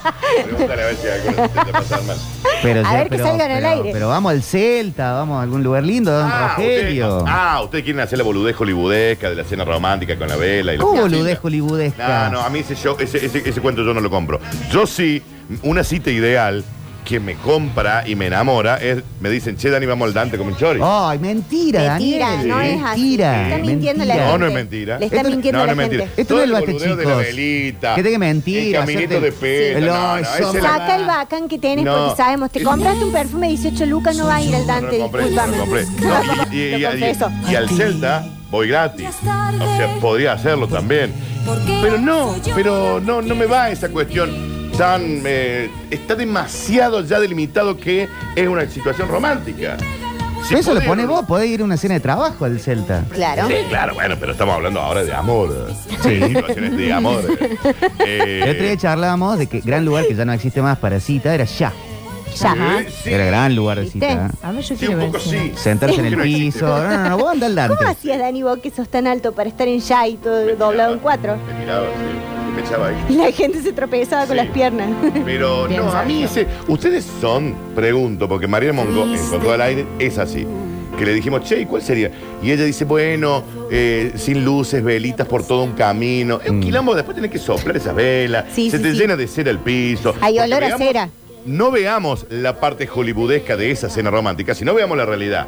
Pregúntale a ver si alguno se te pasa mal. Pero, A ya- ver que pero- salgan al pero- aire. Pero vamos al Celta, vamos a algún lugar lindo, don Rogelio. Ustedes, ah, ustedes quieren hacer la boludez hollywoodesca de la cena romántica con la vela y la ¿Cómo cosita. boludez hollywoodesca? No, no, a mí ese, show- ese, ese- ese cuento yo no lo compro. Yo sí, una cita ideal que me compra y me enamora es, me dicen, che, Dani, vamos al Dante con un chori. Ay, mentira, Mentira, Daniel. no es así. mentira, Está mintiendo la mentira. No, gente. no es mentira. Le está Esto- mintiendo la no, no es mentira. gente. Esto Todo no es el bate, boludeo de la chicos. velita. Que tenga mentira, El caminito hacerte- de Sí. pelo. No, no, Lo- ese somos- la- Saca el bacán que tenés Ah. No. porque sabemos, te compraste un perfume de 18 lucas, no vas a ir al No, no Dante, lo compré, no discúlpame. lo compré. No, y, y- y- Lo confieso. y- y al Celta voy gratis. O sea, podría hacerlo también. Pero no, pero no, no me va esa cuestión. Tan, eh, está demasiado ya delimitado que es una situación romántica. Si Pero eso lo podés- pones vos, podés ir a una cena de trabajo al Celta. Claro. Sí, claro, bueno, pero estamos hablando ahora de amor. Sí, situaciones de amor. Eh, El otro día charlábamos de que gran lugar que ya no existe más para cita era ya. Ya. eh, sí, Era gran lugar de ¿Viste? cita. A ver, yo sí, quiero un ver. poco si- sí. Sentarse en el No existe. piso. No, no, no, vos andá al Dante. ¿Cómo hacías, Dani, vos que sos tan alto para estar en ya y todo Me doblado miraba, en cuatro? Me miraba, sí, me echaba ahí. Y la gente se tropezaba con Sí. las piernas. Pero Bien no, a mí ese. Ustedes son, pregunto, porque Mariana Mongo encontró al aire, es así. Que le dijimos, che, ¿y cuál sería? Y ella dice, bueno, eh, sin luces, velitas por todo un camino. Es un quilombo, después tenés que soplar esas velas. Sí, se sí, te sí. llena de cera el piso. Hay Porque olor a cera. No veamos la parte hollywoodesca de esa cena romántica, sino veamos la realidad.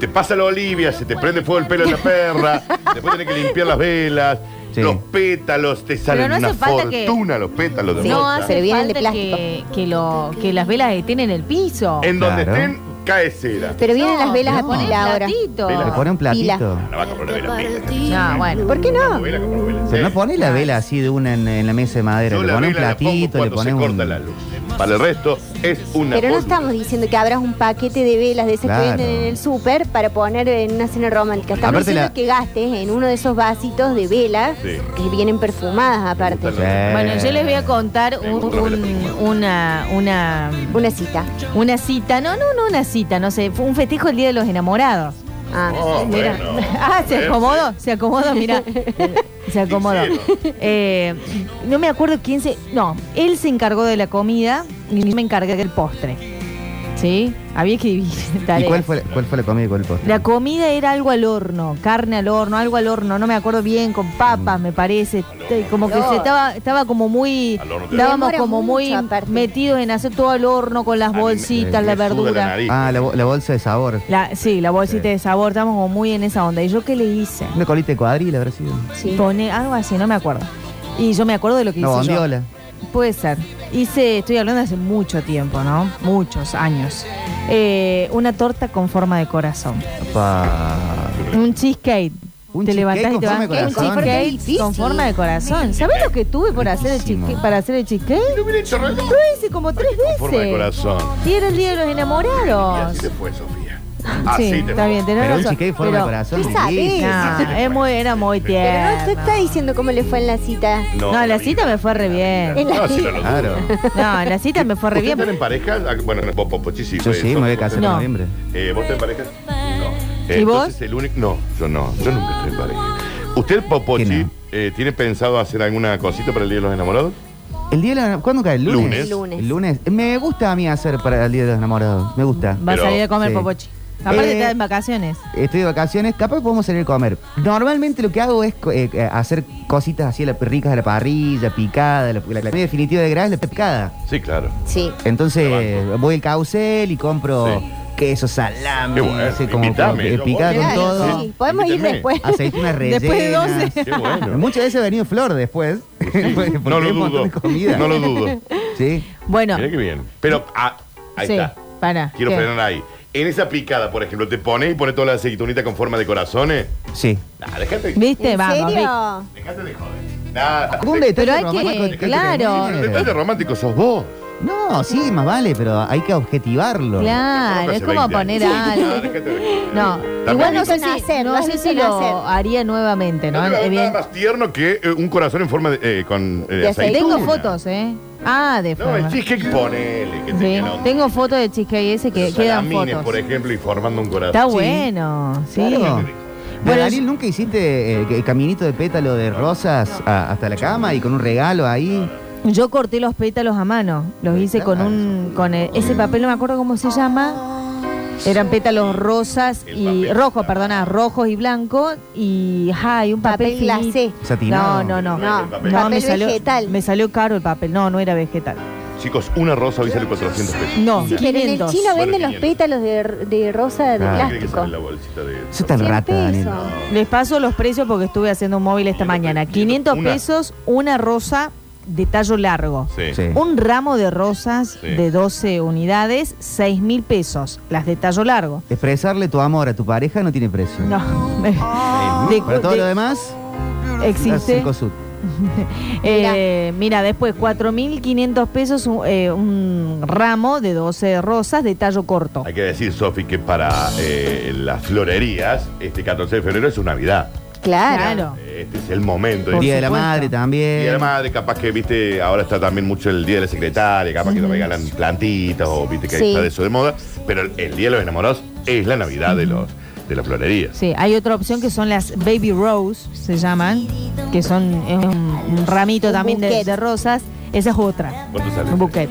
Te pasa la Olivia, se te prende fuego el pelo de la perra, después tenés que limpiar las velas, Sí. los pétalos, te salen no hace una falta que- fortuna los pétalos de Sí. No rosa. hace hace Pero vienen de falta que, que, lo, que las velas estén en el piso. En donde Claro. estén, cae cera. Pero vienen las velas no. a poner ahora. platito. Velas. Le pone un platito. Pila. La vaca por la vela. mira. No, bueno. ¿Por qué no? Vela, como vela. Pero no Sí. pone la vela así de una en, en la mesa de madera. Yo Le la pone un vela la pongo platito, le cuando pone se un. corta la luz. Para el resto es una Pero no boludez. estamos diciendo que abras un paquete de velas de esas Claro. que venden en el súper para poner en una cena romántica. Estamos Aparte diciendo la- que gastes en uno de esos vasitos de velas Sí. que vienen perfumadas aparte. gustan Sí. Bueno, yo les voy a contar un- un- una, una, Una cita. una cita. No, no, no una cita, no sé. Fue un festejo el Día de los Enamorados. Ah. Oh, Mira. bueno. Ah, se Eh, acomodó, se acomodó, mira. Se acomodó. Hicieron. Eh, no me acuerdo quién se. No, él se encargó de la comida y yo me encargué del postre. ¿Sí? Había que dividir ¿Y tareas. cuál fue, cuál fue la comida y cuál el postre? La comida era algo al horno, carne al horno, algo al horno, no me acuerdo bien, con Mm. papas, me parece. Te- Como que se estaba, estaba como muy. Al horno te- Estábamos Demora como mucho, muy aparte. metidos en hacer todo al horno con las A mí me- bolsitas, me la suda verdura. nariz. Ah, la, bo- la bolsa de sabor. La- sí, la bolsita Sí. de sabor, estamos como muy en esa onda. ¿Y yo qué le hice? Una colita de cuadril habrá sido. Sí. Pone algo así, no me acuerdo. Y yo me acuerdo de lo que Una hice. yo. bondiola. Puede ser. Hice, estoy hablando hace mucho tiempo, ¿no? Muchos años. Eh, una torta con forma de corazón. Opa. Un cheesecake. Un te cheesecake levantás y con te vas. forma de Un corazón. cheesecake Difícil. con forma de corazón. ¿Sabes lo que tuve por hacer el Riquísimo. cheesecake, para hacer el cheesecake? Mira el chorro de Lo hice como tres veces. Forma de corazón. Y era el día de los Y enamorados. así te fue, Sofía. sí, Así te está fue. bien, tenés Pero un razón. cheesecake en forma Pero- de corazón. ¿qué sabés? difícil. Nah, Sí, sí, es sí. muy, era muy Pero tierno. no, tú estás diciendo cómo le fue en la cita. No, la cita me fue re bien. En la No, si no lo dudo. Claro. No, en la cita me fue re ¿Ustedes bien. están en pareja? Ah, Bueno, no, vos, vos, Pochi, sí. Yo fue sí, me eso. voy a casar No. en noviembre. Eh, ¿Vos estás en pareja? No. ¿Y vos? entonces el único. No, yo no. Yo nunca estoy en pareja. ¿Usted, Popochi, ¿Quién no? eh, tiene pensado hacer alguna cosita para el Día de los Enamorados? ¿El día de la- ¿Cuándo cae? ¿El lunes? Lunes. El lunes. El lunes. Me gusta a mí hacer para el Día de los Enamorados. Me gusta. Va a Pero- salir a comer Sí. Popochi. Aparte Eh, está en vacaciones. Estoy de vacaciones, capaz podemos salir a comer. Normalmente lo que hago es co- eh, eh, hacer cositas así a la- ricas de la parrilla, picada. La, la- la comida definitiva de grasa es la picada. Sí, claro. Sí. Entonces voy al carrusel y compro Sí. queso, salami, Qué bueno, así como invítame, que- que yo picada voy. con Claro, todo. Ah, sí. Podemos ir Invítame. después. Aceituna rellena. Después de 12. Qué bueno. Muchas veces ha venido Flor después. porque No hay lo un montón dudo. de comida. No lo dudo. Sí. Bueno, Mira que bien. Pero ah, ahí sí, está. para. Quiero frenar ahí. En esa picada, por ejemplo, te pones y pones toda la aceitunita con forma de corazones. Sí. Nah, dejate, ¿Viste? ¿En Vamos, Vic. serio? dejate de joder. Nah, Un dejate- detalle hay que- romántico te claro. el genere. detalle romántico sos vos. este No, sí, más vale, pero hay que objetivarlo. Claro, es como poner algo. algo. No, Igual igual no sé visto si, nacer, lo no has sé visto si lo nacer. haría nuevamente, ¿no? No, no, Eh, bien. Este, nada más tierno que eh, un corazón en forma de. eh, con, eh, De aceituna. Tengo aceituna. fotos, ¿eh? Ah, de No, el forma. cheesecake ponele. Que Sí, tenía onda. Tengo fotos de cheesecake ese que Los quedan salamines, por fotos. ejemplo, y formando un corazón. Está bueno, sí. Claro. Pero Bueno, Daniel, ¿nunca hiciste eh, que- caminito de pétalo de rosas a- hasta la cama y con un regalo ahí? Yo corté los pétalos a mano, los hice con un con eh, Mm. ese papel, no me acuerdo cómo se llama. Eran pétalos rosas El y papel. rojos, perdona, rojos y blancos y ay, un papel Papel glacé. finito. Satinado. No, no, no. No, No, papel me papel salió, vegetal. me salió caro el papel. No, no era vegetal. Chicos, una rosa hoy sale 400 pesos. No, Sí, pero en el 500. chino Bueno, venden los 500. pétalos de, de rosa de Ah. ¿Qué cree que plástico. sale la bolsita de.? Eso está el 100 rata, Daniel. pesos. Les paso los precios porque estuve haciendo un móvil esta 500 mañana. pe- 500 una. pesos una rosa de tallo largo. Sí. Sí. Un ramo de rosas Sí. de 12 unidades, 6 mil pesos. Las de tallo largo. Expresarle tu amor a tu pareja no tiene precio. No. De- Para todo de- lo demás, las Existe. cinco sud. Eh, mira, después 4.500 pesos un, eh, un ramo de 12 rosas de tallo corto. Hay que decir, Sofi, que para eh, las florerías, este 14 de febrero es su Navidad. Claro. Claro. Este es el momento. Día de- de la supuesto. madre también. Y además de capaz que, viste, ahora está también mucho el Día de la Secretaria, capaz que te regalan plantitas o viste que Sí. está de eso de moda, pero el el Día de los Enamorados es la Navidad de los de las florerías. Sí, hay otra opción que son las baby rose, se llaman, que son es un, un ramito Un también de, bouquet. de rosas. Esa es otra, ¿Cuánto sale? un bouquet.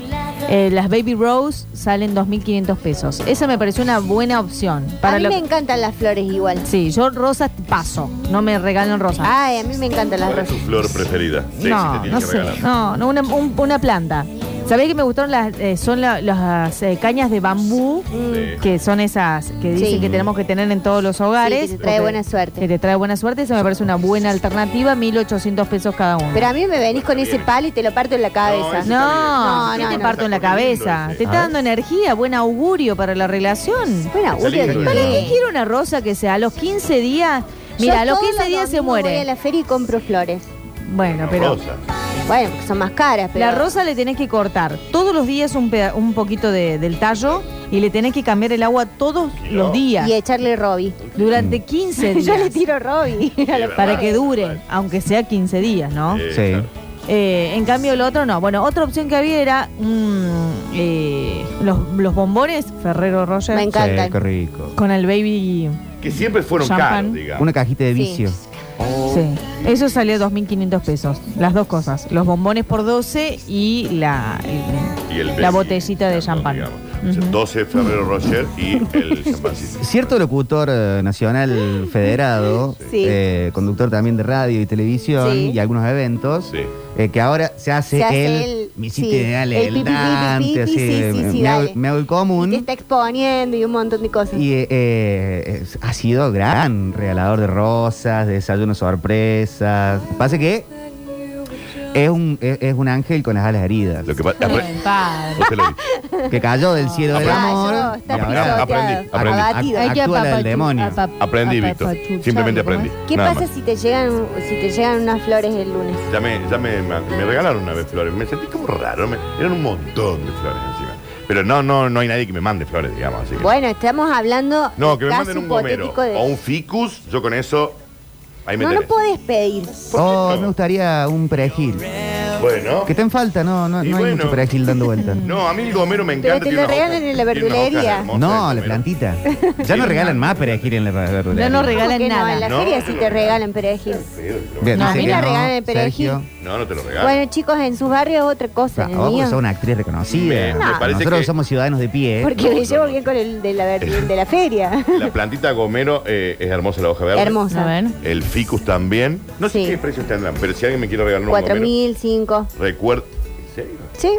Eh, las baby rose salen 2.500 pesos. Esa me pareció una buena opción. Para a mí lo- me encantan las flores igual. Sí, yo rosas paso, no me regalan rosas. Ah, eh. Ay, a mí me encantan las ¿Cuál es rosas. tu flor preferida? Sí, sí, te no, tienen no que sé, regalar. no, no, una, un- una planta. ¿Sabés que me gustaron las, eh, son la- las eh, cañas de bambú? Sí. Que son esas que dicen Mm. Sí. que tenemos que tener en todos los hogares. Sí, que te trae porque- buena suerte. Que te trae buena suerte, eso me parece una buena alternativa, 1.800 pesos cada uno. Pero a mí me venís con ese palo y te lo parto en la cabeza. ese- no, No, ¿qué no, te no. parto en la cabeza? Sí. Te está dando energía, buen augurio para la relación. Bueno, augurio lindo que eso. ¿Para qué tiene. quiero una rosa que sea a los 15 días? Mira, Yo a los todos 15 días se domingos Voy a muere. la feria y compro flores. Bueno, pero Rosa. Bueno, porque son más caras, pero. la rosa le tenés que cortar todos los días un, peda- un poquito de- del tallo y le tenés que cambiar el agua todos los días. Y echarle Robbie. Durante 15 Yo le días. tiro Robbie. a la Para que flores. dure, aunque sea 15 días, ¿no? Eh, Sí. claro. Eh, en cambio, lo otro no. Bueno, otra opción que había era mm, eh, los, los bombones Ferrero Roger Me encantan. Sí, qué rico. con el baby. Que siempre fueron Champán. caros, digamos. Una cajita de Sí. vicio. Sí. Eso salió 2.500 pesos. Las dos cosas. Los bombones por 12 y la, Y el la Belgi, botellita de digamos, champán. digamos. O sea, Ujú. 12 Ferrero Rocher y el champancito. Cierto locutor eh, nacional federado, Sí. eh, conductor también de radio y televisión Sí. y algunos eventos, Sí. eh, que ahora se hace, Se el, hace el- me sí, hiciste dale, el el, pipi, pipi, Dante, pipi, así, sí, sí, me, sí, me hago, dale. me hago el Y te común. está exponiendo y un montón de cosas. Y eh, eh, es- ha sido gran regalador de rosas, de desayunos sorpresas. Pasa que es un, es, es un ángel con las alas heridas. Lo que pasa. Bien, padre. Vos te lo dije. Que cayó del cielo del Apre- amor. Ah, está y ahora pisoteado, aprendí, aprendí. abatido. Ay, Actúa la del apapachu- demonio. apap- Aprendí, Víctor. apapachucharlo, Simplemente ¿cómo es? aprendí. ¿Qué Nada pasa más. si te llegan si te llegan unas flores el lunes? Ya, me, ya me, me- me regalaron una vez flores. Me sentí como raro. me- eran un montón de flores encima. Pero no, no, no hay nadie que me mande flores, digamos. Así que- Bueno, estamos hablando no, que me caso manden un gomero hipotético de- o un ficus. Yo con eso. Ahí me No, no enteré. podés pedir. Oh, me gustaría un perejil. Bueno. Que está en falta, no, no, Y no hay bueno. mucho perejil dando vuelta. No, a mí el gomero me Pero encanta. te tiene lo unas hojas- regalan en la tiene unas hojas verdulería. hermosas No, de la gomero. plantita. Ya no regalan más perejil en la verdulería. Ya no regalan. ¿Cómo que no? nada. En la No, feria sí te lo te regalan. regalan perejil. Pero, pero- Bien, No, dice a mí que la regalan el perejil. Sergio. No, no te lo regalo. Bueno, chicos, en sus barrios es otra cosa. Ah, en el vos porque mío. sos una actriz reconocida. Me- me parece Nosotros que- somos ciudadanos de pie. Porque me llevo bien con el de la, ver- de la feria. La plantita gomero eh, es hermosa la hoja verde. Hermosa. A ver. El ficus también. No sé Sí. qué precios tendrán, pero si alguien me quiere regalar un Cuatro gomero, mil, cinco. recuerda. ¿En serio? Sí.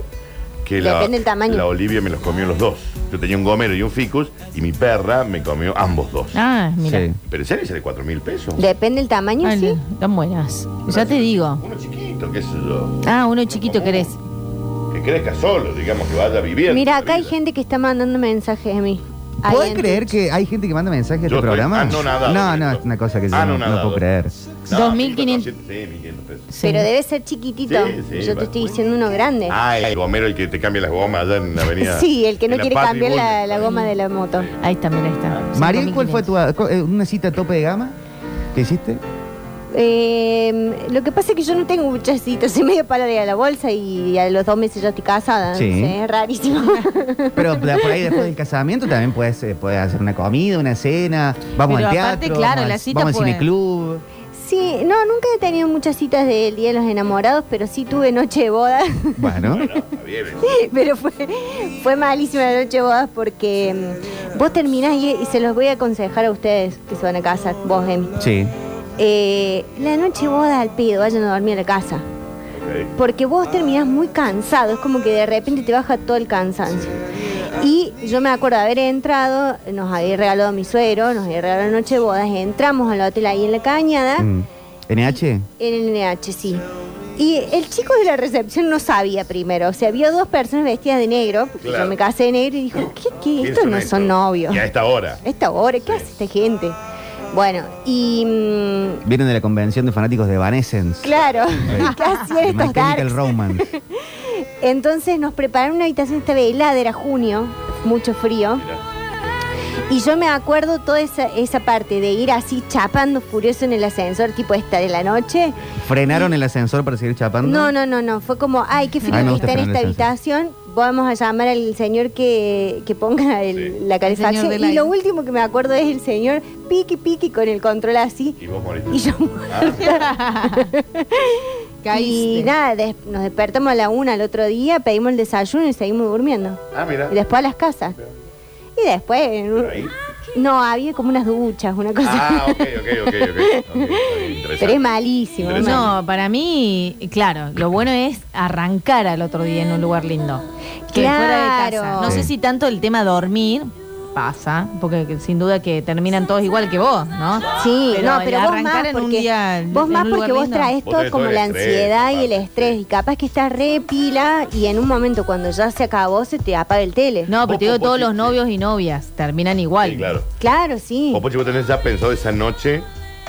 Que la, Depende del tamaño. la Olivia me los comió los dos. Yo tenía un gomero y un ficus y mi perra me comió ambos dos. Ah, mira. Sí. Pero en serio sale cuatro mil pesos. Depende del tamaño, Ay, sí. Tan buenas. Ya te digo. Uno chiquito, qué sé yo. Ah, uno chiquito querés. Que crezca solo, digamos, que vaya viviendo. Mira, acá hay vida. gente que está mandando mensajes a mí. Ahí ¿Puedes en- creer que hay gente que manda mensajes a Yo este estoy programa? anonadado, no, no, Víctor. es una cosa que yo no, no Anonadado. puedo creer. No, 2.500. 1.400, Sí, 1.500 pesos. Sí. Pero debe ser chiquitito. Sí, sí, Yo va. te estoy diciendo uno grande. Ah, el gomero, el que te cambia las gomas allá en la avenida. sí, el que no en la quiere Patria cambiar la, Boulevard. la goma de la moto. Ahí está, mira, ahí está. Mariel, ¿cuál fue 5.500. tu eh, una cita tope de gama? ¿Qué hiciste? Eh, lo que pasa es que yo no tengo muchas citas. Soy medio para de la bolsa y a los dos meses ya estoy casada. Sí. No sé, es rarísimo. Pero la- por ahí después del casamiento también puedes, eh, puedes hacer una comida, una cena, vamos Pero al teatro, aparte, claro, vamos, la al- cita vamos al puede- cineclub. sí, no, nunca he tenido muchas citas del Día de los Enamorados, pero sí tuve noche de boda. Bueno, Bueno, está bien, pero fue, fue malísima la noche de bodas porque mm, vos terminás y, y se los voy a aconsejar a ustedes que se van a casar, vos, Emi. sí. Eh, la noche de bodas al pedo, vayan a dormir a la casa. ok. Porque vos terminás muy cansado, es como que de repente te baja todo el cansancio. Y yo me acuerdo de haber entrado, nos había regalado mi suero, nos había regalado la noche de bodas, entramos al hotel ahí en la cañada, Mm. ¿NH? en el NH, sí. Y el chico de la recepción no sabía primero, o sea, vio dos personas vestidas de negro, porque Claro. yo me casé de negro y dijo, ¿qué, qué? ¿Quiénes Estos no son novios. Y a A esta hora. esta hora, ¿qué hace esta gente? Bueno, y... mm, Vienen de la convención de fanáticos de Evanescence. Claro, ¿qué hacían De My estos Chemical darks? Romance. Entonces nos prepararon una habitación esta velada, era junio, mucho frío. Mirá. Y yo me acuerdo toda esa, esa parte de ir así chapando furioso en el ascensor, tipo esta de la noche. ¿Frenaron el ascensor para seguir chapando? No, no, no, no. Fue como, ay, qué frío Ay, me que gusta está en esta frenar el habitación. Vamos a llamar al señor que, que ponga el- la calefacción. del Y aire. lo último que me acuerdo es el señor piqui piqui con el control así. Y vos moriste. Y yo Caíste. Y nada, des- nos despertamos a la una al otro día, pedimos el desayuno y seguimos durmiendo. Ah, mira. Y después a las casas. Y después, en un- Ahí. No, había como unas duchas, una cosa. Ah, ok, ok, ok, ok. Ok, interesante. Pero es malísimo. Interesante. No. No, para mí, claro, lo bueno es arrancar al otro día en un lugar lindo. Que fuera de casa. Claro. No sé Sí. si tanto el tema dormir pasa, porque que- sin duda que terminan todos igual que vos, ¿no? Sí, no, el pero vos arrancar más en un porque, día en- vos, en más un porque lugar vos lindo. traes Vos todo traes como todo el la estrés, ansiedad y el aparte, estrés. sí. Y capaz que estás re pila y en un momento cuando ya se acabó se te apaga el tele. No, pero te digo, Ojo, todos porque- los novios y novias terminan igual. Sí, claro. Claro, sí. Vos, Pochi, vos tenés ya pensado esa noche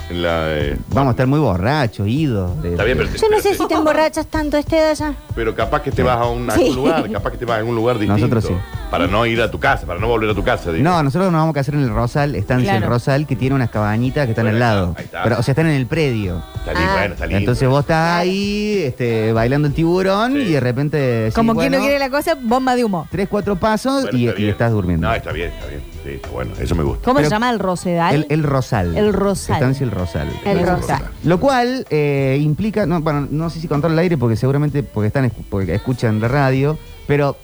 en la. eh, Vamos a estar muy borrachos, idos. de- Está bien, pero te- Yo no pero sé te- si te emborrachas tanto a esta edad ya. Pero capaz que te vas a un a algún lugar, capaz que te vas a algún lugar distinto. Nosotros sí. Para no ir a tu casa, para no volver a tu casa. digo. No, nosotros nos vamos a casar en el Rosal, estancia en Claro. el Rosal, que tiene unas cabañitas que están Bueno, al lado. ahí está. Pero, o sea, están en el predio. Está lindo, Ah. bueno, está lindo. Entonces vos estás ahí este, bailando el tiburón Sí. y de repente. decís, Como quien no bueno, quiere la cosa, bomba de humo. Tres, cuatro pasos Bueno, y, está y bien. estás durmiendo. No, está bien, está bien. Sí, está bueno, eso me gusta. ¿Cómo Pero- se llama el Rosedal? el, el Rosal. El Rosal. Estancia el Rosal. El Ahí rosa. está. Lo cual eh, implica, no, bueno, no sé si contar el aire porque seguramente porque están escu- porque escuchan la radio, pero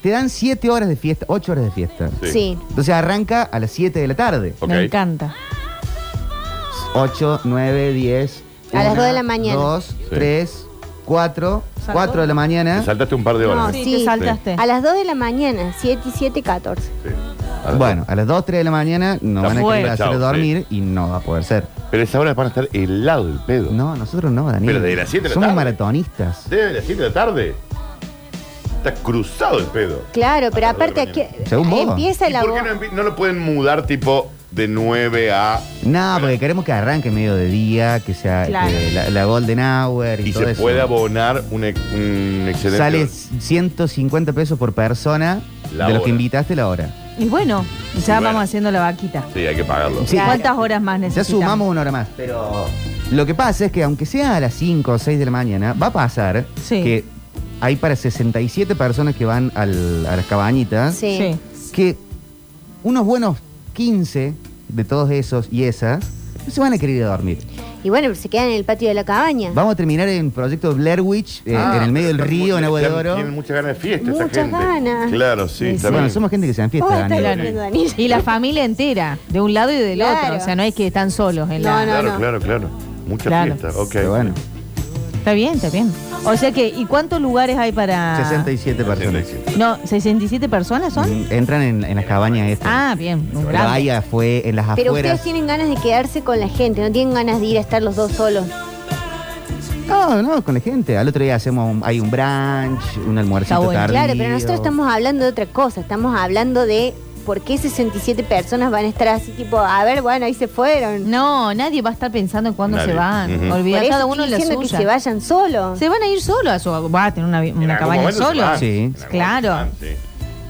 te dan siete horas de fiesta, ocho horas de fiesta. Sí. Sí. Entonces arranca a las 7 de la tarde. Ok. Me encanta. 8, 9, 10. A las dos de la mañana. 2, 3, 4, ¿Saltó? 4 de la Te mañana. saltaste un par de horas. No, ¿eh? Sí, Sí. te saltaste. A las 2 de la mañana, 7 y 7, 14. Sí. A ver. Bueno, a las 2, 3 de la mañana nos Ya van a fue. querer hacer Chao, dormir y no va a poder ser. Pero a esa hora van a estar helado el pedo. No, nosotros no, Daniel. Pero desde las siete de la Somos tarde. maratonistas. Desde las 7 de la tarde. Está cruzado el pedo. Claro, pero A las dos de aparte la aquí mañana. Según vos. empieza ¿Y la por voz. qué no, empi- no lo pueden mudar tipo de 9 a. No, porque queremos que arranque medio de día, que sea Claro. eh, la, la Golden Hour y, Y todo se eso. puede abonar un, ex- un excelente. Sale 150 pesos por persona La de los hora. que invitaste la hora. Y bueno, ya Bueno. vamos haciendo la vaquita. Sí, hay que pagarlo. Sí. ¿Cuántas horas más Ya necesitamos? sumamos una hora más, pero lo que pasa es que aunque sea a las 5 o 6 de la mañana, va a pasar Sí. que hay para 67 personas que van al- a las cabañitas, Sí. Sí. que unos buenos 15 de todos esos y esas no se van a querer ir a dormir. Y bueno, pero se quedan en el patio de la cabaña. Vamos a terminar en Proyecto Blair Witch, eh, Ah, en el medio del están río, muy- en Agua de están- Oro. Tienen muchas ganas de fiesta Muchas esa gente. ganas. Claro, sí, Sí, está Bueno, bien. somos gente que se Vos enfiesta, estás Daniel. hablando, Daniel. Y la familia entera, de un lado y del Claro. otro. O sea, no es que están solos en la. No, no. Claro, claro, claro. Mucha Claro. fiesta. Ok. Pero bueno, Está bien, está bien. O sea que, ¿y cuántos lugares hay Ah. para. 67 personas. 67. No, 67 personas son. Mm, Entran en, en las cabañas estas. Ah, bien, un Pero grande. ahí fue en las Pero afueras. ustedes tienen ganas de quedarse con la gente, no tienen ganas de ir a estar los dos solos. No, no, con la gente. Al otro día hacemos un- hay un brunch, un almuercito Está bueno. tardío. Claro, pero nosotros estamos hablando de otra cosa, estamos hablando de por qué 67 personas van a estar así, tipo, a ver, bueno, ahí se fueron. No, nadie va a estar pensando en cuándo Nadie. se van. Ujú. por Olvidar eso cada estoy uno en la diciendo suya. que se vayan solos. Se van a ir solos a su. Va a tener una, En una algún cabaña momento se solo. van. Sí. En algún Claro. momento se van, sí.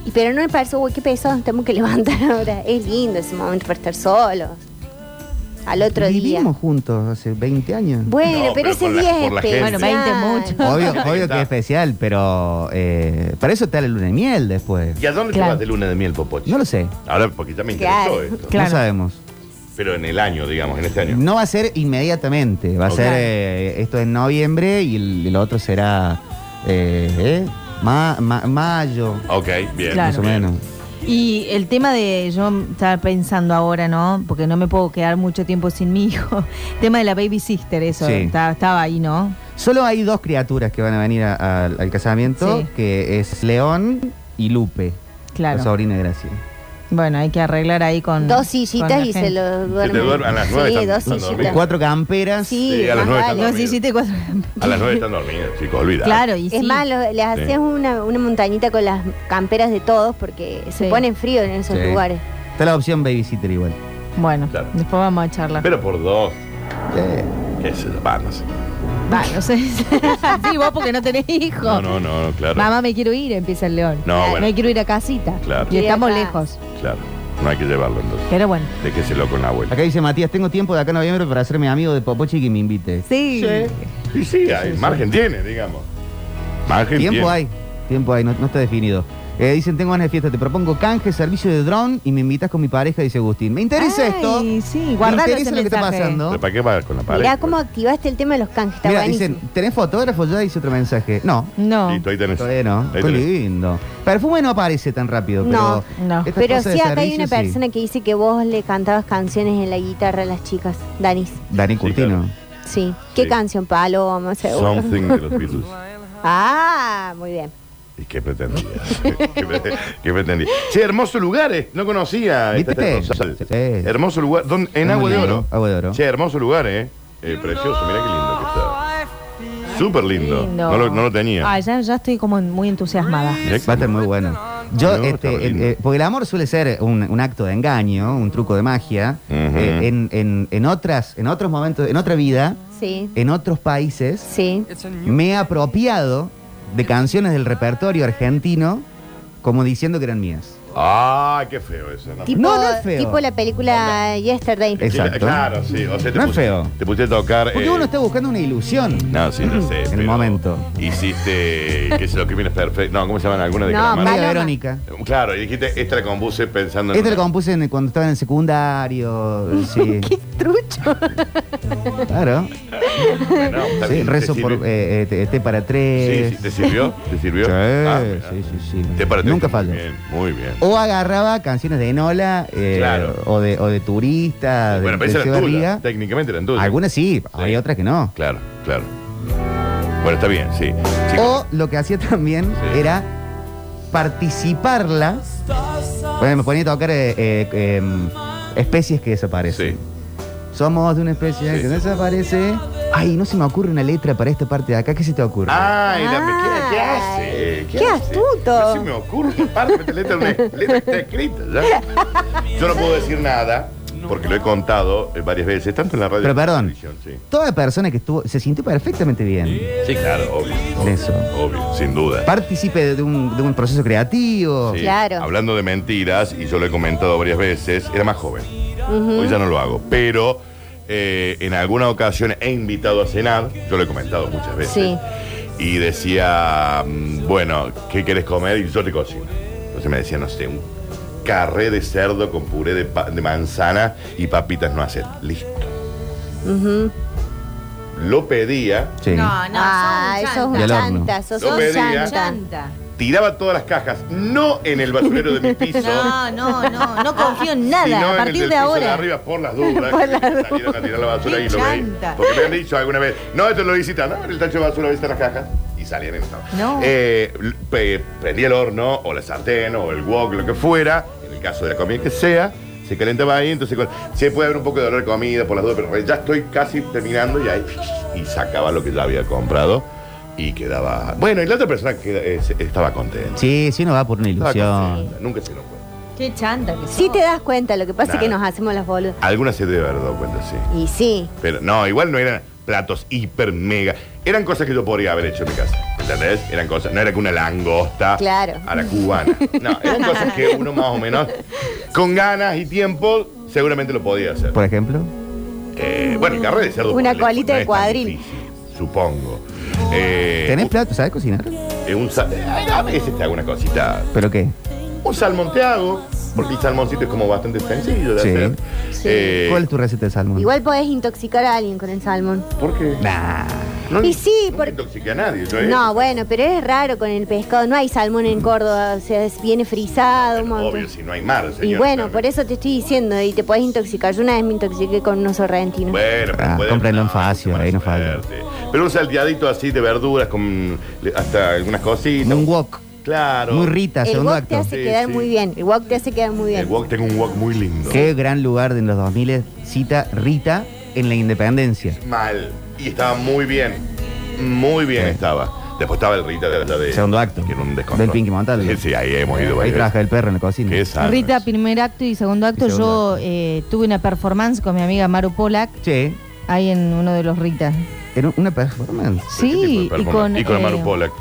Y- Pero no me parece, uy, qué pesado, nos tenemos que levantar ahora. Es lindo ese momento para estar solos. Al otro día. Vivimos juntos hace 20 años. Bueno, No, pero, pero ese por la- día es por la gente. especial. Bueno, 20 mucho. Obvio, Ahí obvio está. que es especial, pero eh, para eso está la luna de miel después. ¿Y a dónde Claro. te vas de luna de miel, Popochi? No lo sé, Ahora, porque ya me interesó Claro. esto. Claro. no sabemos. Pero en el año, digamos, en este año. No va a ser inmediatamente, va a Ok. ser eh, esto en noviembre y el, el otro será eh, eh, ma- ma- mayo, Ok, bien. Claro. más o menos. Y el tema de, yo estaba pensando ahora, ¿no? Porque no me puedo quedar mucho tiempo sin mi hijo. tema de la baby sister, eso. Sí. Estaba, estaba ahí, ¿no? Solo hay dos criaturas que van a venir a- a- al casamiento, Sí. que es León y Lupe, la Claro. sobrina de Gracia. Bueno, hay que arreglar ahí con. Dos con la sillitas y se gente. los duermen. duermen a las nueve, Sí, están- dos están sillitas. dormidos. Cuatro camperas. Sí, Sí, a las más nueve vale. están Dos sillitas y cuatro. A las 9 están dormidas, chicos, olvida. Claro, y Es sí. más, lo- les haces una, una montañita con las camperas de todos porque Sí. se ponen frío en esos Sí. lugares. Está la opción babysitter igual. Bueno, Claro. después vamos a charlar. Pero por dos. Eh, ¿Qué sé yo? Va, no sé. Va, no sé. sí, vos porque no tenés hijos. No, no, no, claro. Mamá, me quiero ir, empieza el león. No, bueno. Me quiero ir a casita. Claro. Y Quiero ir estamos acá. lejos. Claro. No hay que llevarlo entonces. Pero bueno. De que se loco en la abuela. acá dice Matías, tengo tiempo de acá a noviembre para hacerme amigo de Popochi y que me invite. Sí. Y sí, hay, margen tiene, digamos. Margen Tiempo tiene. hay. Tiempo tiempo ahí, no, no está definido. Eh, dicen, tengo ganas de fiesta, te propongo canje, servicio de dron y me invitas con mi pareja, dice Agustín. Me interesa Ay, esto. sí, guardalo Me interesa ese lo que está mensaje. pasando. ¿Para qué va con la pared? Mirá cómo activaste el tema de los canjes, está Mira, buenísimo. dicen, ¿tenés fotógrafo? Ya dice otro mensaje. No, No. Listo, ahí tenés. todavía no. Ahí Qué tenés. lindo. Perfume no aparece tan rápido, pero. No, no. estas Pero cosas de sí, acá hay servicio, una sí. persona que dice que vos le cantabas canciones en la guitarra a las chicas, Danis. Dani Curtino. Sí. ¿Qué Sí. canción? Paloma, seguro. Something de los Beatles. Ah, muy bien. ¿Y qué pretendía? ¿Qué, pre- qué pretendía? Che, hermoso lugar, eh. No conocía. esta ¿Viste? Estación Rosal. Sí. Hermoso lugar. ¿Dónde? En Muy Agua de lindo, Oro. Agua de Oro. Che, hermoso lugar, eh. Eh, precioso, mirá qué lindo que está. Súper lindo. No, lo, no lo tenía. Ah, ya, ya estoy como muy entusiasmada. Mirá que- Va a estar muy bueno. Yo, No, este, está re el- lindo. eh, porque el amor suele ser un, un acto de engaño, un truco de magia. Ujú. Eh, en, en- en otras, en otros momentos, en otra vida, Sí. en otros países, Sí. me he apropiado de canciones del repertorio argentino como diciendo que eran mías. Ah, qué feo eso. ¿no? Tipo, No, no es feo. tipo la película Yesterday. Es- Exacto. Claro, sí. O sea, te No es puse- feo. Te puse a tocar. Porque eh, uno está buscando una ilusión. No, sí, no sé. En el pero momento. Hiciste, qué sé yo, crímenes perfectos. No, ¿cómo se llaman? Alguna de No, Calamaro. María Paloma. Verónica. Claro, y dijiste, esta la compuse pensando en. Este lo una- compuse en- cuando estaba en el secundario. Sí, Qué trucho. claro. Bueno, está Sí, bien, rezo te por sirve. eh, eh, té- té para tres. Eh, Sí, sí, ¿te sirvió? ¿Te sirvió? Sí, Ah, mira. sí, sí, sí. Te pareció Nunca muy falla. bien, Muy bien. O agarraba canciones de Enola eh, Claro. o, de, o de turista, de, bueno, pero de esa era Echeverría. tuya. Técnicamente eran tuyas. Algunas sí, hay otras que no. Claro, claro. Bueno, está bien, sí. Sí, O lo que hacía también Sí. era participarla. Bueno, me ponía a tocar eh, eh, em, especies que desaparecen. Sí. Somos de una especie Sí. que desaparece. Ay, no se me ocurre una letra para esta parte de acá. ¿Qué se te ocurre? Ay, dame, ¿qué, ¿qué Ay, hace? Ah, qué hace? astuto. No se me ocurre una parte, esta letra, una letra que está escrita. ¿ya? Yo no puedo decir nada, porque lo he contado eh, varias veces, tanto en la radio Pero como en la perdón. televisión, sí. Toda persona que estuvo se sintió perfectamente bien. Sí, claro, obvio. De obvio, eso. Obvio, sin duda. Partícipe de un, de un proceso creativo. Sí, Claro. Hablando de mentiras, y yo lo he comentado varias veces, era más joven. Hoy ya no lo hago, pero eh, en alguna ocasión he invitado a cenar, yo lo he comentado muchas veces, Sí. y decía, mm, bueno, ¿qué quieres comer? Y yo te cocino. Entonces me decía, no sé, un carré de cerdo con puré de, pa- de manzana y papitas no hacer. Listo. Lo pedía, Sí. No, no, Ah, sos sos un Y un al horno. chanta, sos Lo un pedía. chanta. chanta. Chanta. tiraba todas las cajas, no en el basurero de mi piso. No, no, no, no confío en Y nada. Ah, no en A el partir del de piso ahora. arriba por las dudas. Por que las salieron a tirar la basura Qué y lo veí. chanta. Porque me han dicho alguna vez, no, esto lo visitan, ¿no? En el tacho de basura visitan las cajas. Y salían en el tacho. No. Eh, l- pe- prendía el horno, o la sartén, o el wok, lo que fuera, en el caso de la comida que sea. Se calentaba ahí, entonces con- se puede haber un poco de olor de comida por las dudas, pero ya estoy casi terminando y ahí y sacaba lo que ya había comprado y quedaba. Bueno, y la otra persona que, eh, se- estaba contenta. Sí, sí, uno va por una Estaba ilusión. contenta, nunca se lo cuenta. Qué chanta que Sí sos. te das cuenta, lo que pasa es que Nada. nos hacemos las boludas. Algunas se debe haber dado cuenta, sí. Y sí. Pero no, igual no eran platos hiper mega. Eran cosas que yo podría haber hecho en mi casa. ¿Entendés? Eran cosas. No era que una langosta Claro. a la cubana. No, eran cosas que uno más o menos, con ganas y tiempo, seguramente lo podía hacer. Por ejemplo. Eh, bueno, el carré de cerdo. Una ponele, colita no de es tan cuadril. difícil, Supongo. Eh, ¿Tenés plato? ¿Sabes cocinar? un- eh, un sal- eh, a veces te hago una cosita. ¿Pero qué? Un salmón te hago, porque el salmoncito es como bastante sencillo de Sí. hacer. Eh, ¿Cuál es tu receta de salmón? Igual podés intoxicar a alguien con el salmón. ¿Por qué? Nah. No, Y sí, nunca porque- intoxiqué a nadie. yo, eh. No, bueno, pero es raro con el pescado. No hay salmón en Córdoba, o sea, es- viene frisado un Bueno, montón. Obvio, si no hay mar, señor. Y bueno, por eso. eso te estoy diciendo, y te podés intoxicar. Yo una vez me intoxiqué con unos sorrentinos. Bueno, pero Ah, puede- cómprenlo en no, Facio, mucha ahí no mala falla. suerte. Pero un salteadito así de verduras con le- hasta algunas cositas. Un wok. Claro. Muy rita, El segundo wok te acto. hace Sí, quedar sí. muy bien. El wok te hace quedar muy El bien. wok, tengo un wok muy lindo. Qué gran lugar de en los 2000 cita Rita en la independencia. Mal. Y estaba muy bien. Muy bien Sí. estaba. Después estaba el Rita de la de. Segundo acto. Que era un descontrol. Del Pinky Montalvo. Sí, sí, ahí hemos ido. Ahí varias trabaja veces. el perro en la cocina. Qué sano Rita, es. primer acto y segundo acto. Y segundo yo eh, tuve una performance con mi amiga Maru Polak Sí. ahí en uno de los Rita. Era una performance. ¿Qué tipo de Sí, y performance? con. Y con la eh, Maru Pollack.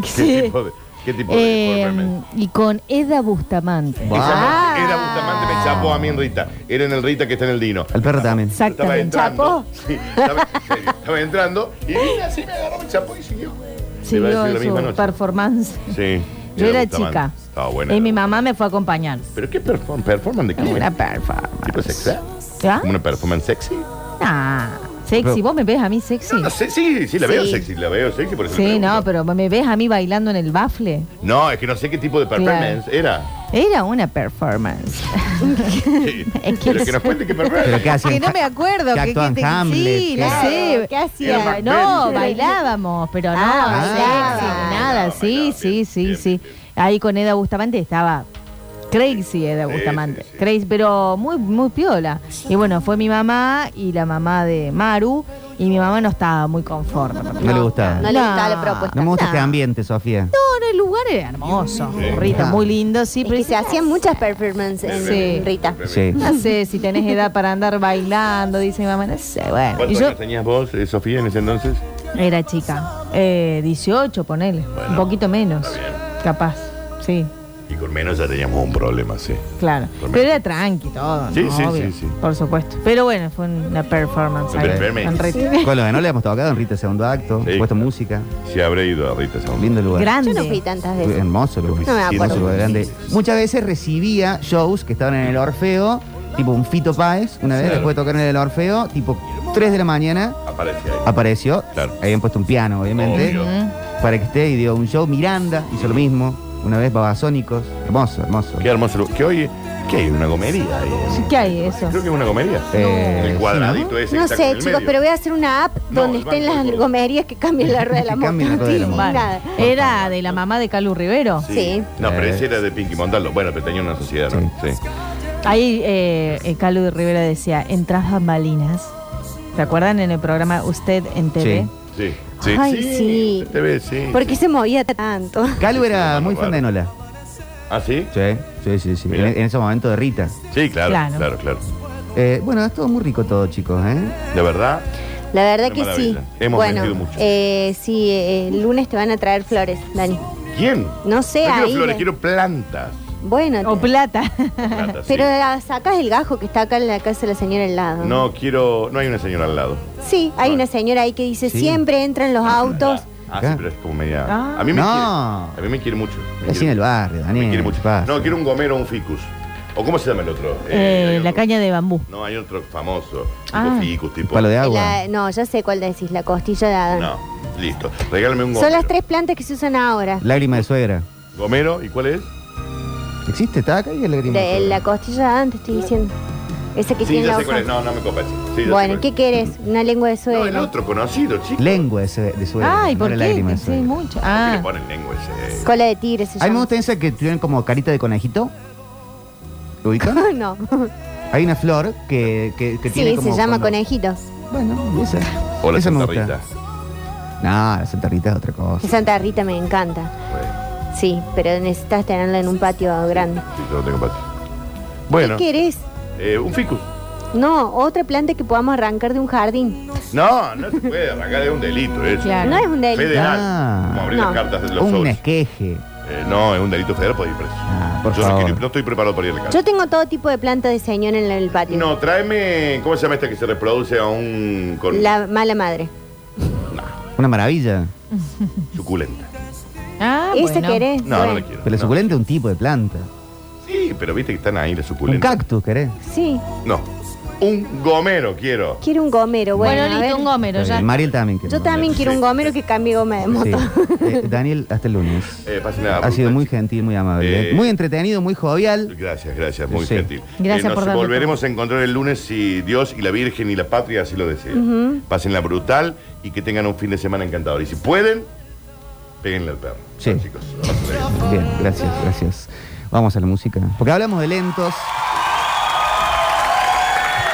¿Qué sí. tipo de, qué tipo de eh, performance? y con Eda Bustamante. Wow. Esa Ah. Era Bustamante, me chapó a mí en Rita. Era en el Rita que está en el Dino. El perro también. Estaba Exactamente. entrando. Sí, estaba, en serio, estaba entrando y vine así, me agarró, me chapó y siguió. iba a exhibió decir la misma su noche. performance. Sí. Yo de era Bustamante. chica. Estaba buena. Y mi mamá me fue a acompañar. ¿Pero qué perform performance de qué? Era una ¿Ah? era? performance. ¿Tipo sexual? ¿Ya? ¿Una performance sexy? Ah, sexy. Pero- ¿Vos me ves a mí sexy? No, sí, sí, sí, la veo Sí. sexy, la veo sexy, por eso le Sí, pregunto. no, pero me ves a mí bailando en el bafle. No, es que no sé qué tipo de performance era. Era una performance. Sí. Es que Pero que nos cuente qué Pero qué performance. hacían. Que no me acuerdo. Que que- actúan que- Hamlet. Sí, que- no sé. ¿Qué hacía? Era No, bailábamos, pero no, Ah, sexy, bailaban. nada, sí, Bailaban, sí, bien, sí, bien, sí. bien. Ahí con Eda Bustamante estaba crazy Eda Sí, Bustamante, sí, sí. crazy, pero muy, muy piola. Y bueno, fue mi mamá y la mamá de Maru, y mi mamá no estaba muy conforme. No le gustaba. No le gustaba la propuesta. No me gusta No. este ambiente, Sofía. No, no, el lugar era hermoso, Sí. Rita, muy lindo, sí, Es que se dice, hacían muchas performances en Sí. Rita. Sí. No sé si tenés edad para andar bailando, dice mi mamá, no sé, bueno. Y ¿Cuántos yo años tenías vos, eh, Sofía, en ese entonces? Era chica. Eh, 18, ponele. un poquito menos. Capaz. Sí, Y con menos ya teníamos un problema, sí. claro. Tremendo. Pero era tranqui todo. Sí, ¿no? sí, Obvio, sí, sí. Por supuesto. Pero bueno, fue una performance. Una ahí, performance. en Rita. Con los que no le hemos tocado en Rita Segundo Acto, Sí. puesto música, Sí, habré ido a Rita Sound. lindo lugar. Yo no Grande. fui tantas Fue veces. Hermoso lugar. No me Sí, acuerdo. Hermoso lugar, grande. Muchas veces recibía shows que estaban en el Orfeo, tipo un Fito Páez, una vez Claro. después de tocar en el Orfeo, tipo 3 de la mañana, Aparece ahí. apareció, Claro. habían puesto un piano, obviamente, Obvio. para que esté y dio un show. Miranda hizo lo mismo, una vez Babasónicos, hermoso, hermoso. Qué hermoso lugar. Que hoy, ¿qué hay? ¿Una gomería? ahí? ¿Qué hay eso? Creo que es una gomería. Eh, el sí, cuadradito ese que No está con sé, el chicos, medio. pero voy a hacer una app No, donde el estén banco, las todo. gomerías que cambien la rueda de la Que moto. cambien la rueda de la Sí, moto. nada. Era de la mamá de Calu Rivero. Sí. No, pero Eh. ese era de Pinky Montalvo. Bueno, pero tenía una sociedad, ¿no? Sí. Ahí eh, eh, Calu Rivera decía, entras bambalinas. ¿Se acuerdan en el programa Usted en TV? Sí. Sí. Sí. Ay, sí. Te ves, sí. ¿Por qué se movía tanto? Calvo Sí, era sí, muy no, fan de Nola. ¿Ah, sí? Sí, sí, sí, sí. En, Mira. en ese momento de Rita. Sí, claro, Claro. claro, claro. Eh, bueno, estuvo muy rico todo, chicos, ¿eh? De verdad, La verdad Qué que sí. maravilla. Hemos bueno, vendido mucho. eh, sí, eh, el lunes te van a traer flores, Dani. ¿quién? No sé, no ahí. quiero flores, le- quiero plantas. Bueno, O te- Plata. Plantas, sí. pero ah, sacás el gajo que está acá en la casa de la señora al lado. No quiero. No hay una señora al lado. Sí, hay una señora ahí que dice, Sí. siempre entran los autos. Ah, sí, Acá. pero es como media. Ah. A mí me No. quiere. A mí me quiere mucho. Me Así en quiere- el barrio, Daniel. Me quiere mucho. pasa. No, quiero un gomero o un ficus. ¿O cómo se llama el otro? Eh, hay otro. la caña de bambú. No, hay otro famoso. Tipo Ah. ficus, tipo. Palo de agua. La- no, ya sé cuál decís, la costilla de Adán. No, listo. Regálame un gomero. Son las tres plantas que se usan ahora. Lágrima de suegra. ¿Gomero? ¿Y cuál es? ¿Existe? ¿Está acá y el lágrima de, De- suegra? la costilla de Adán, te estoy diciendo. Esa que Sí, tiene ya la sé cuál es. hoja. No, no me copas. Sí, ya sé bueno, cuál ¿qué es. querés? Una lengua de No, el suegra. otro conocido, chico. Lengua de, sue- de suegra. Ay, no ¿por era qué? lágrima de Sí, suegra. mucho. ¿Por qué Ah, le ponen lengua ese? Cola de tigre se A mí me llama. gusta esa que tienen como carita de conejito. ¿Lo ubican? no. Hay una flor que, que, que tiene Sí, como se llama cuando- conejito. Bueno, esa. Hola, esa me Santa gusta. Rita. No, la Santa Rita es otra cosa. Santa Rita me encanta. Bueno, Sí, pero necesitas tenerla en un patio grande. sí, yo no tengo patio. Bueno, ¿Qué querés? eh, un ficus. No, otra planta que podamos arrancar de un jardín. No, no se puede arrancar, es un delito eso. Claro. No es un delito. Federal. Ah. Como abrir No. las cartas de los Un sobres. esqueje. Eh, no, es un delito federal por ir preso. Ah, por Yo No, favor. quiero- no estoy preparado para ir a la cárcel. Yo tengo todo tipo de planta de señor en el patio. No, tráeme. ¿Cómo se llama esta que se reproduce a un. con. La mala madre. Una maravilla. suculenta? ah ¿Esa bueno. querés? No, no Bueno. la quiero. Pero la no. suculenta es un tipo de planta. Sí, pero viste que están ahí las Un suculentas. cactus, ¿querés? Sí, No. Un gomero quiero. quiero un gomero. Bueno, Bueno, a ver. listo, un gómero Está ya. bien. Mariel también quiere. Yo también quiero un gomero que cambie goma de moto. Sí. Eh, Daniel, hasta el lunes. Eh, pasen a la Ha sido ruta, muy chicos. gentil, muy amable. Eh, Muy entretenido, muy jovial. Gracias, gracias, muy Sí. gentil. Eh, Gracias nos por darle volveremos a encontrar el lunes si Dios y la Virgen y la patria así lo desean. Pásenla brutal y que tengan un fin de semana encantador. Y si pueden, péguenle al perro. Sí. Chao, chicos. Pásenla bien. Bien, gracias, gracias. Vamos a la música. Porque hablamos de lentos.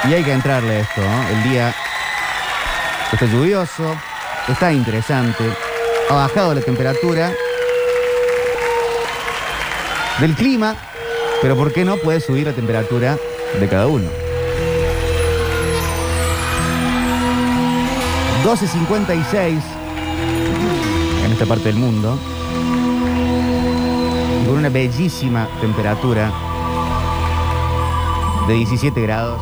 Y hay que entrarle a esto, ¿no? El día está lluvioso, está interesante, ha bajado la temperatura del clima, pero ¿por qué no puede subir la temperatura de cada uno? 12.56 en esta parte del mundo y con una bellísima temperatura de 17 grados,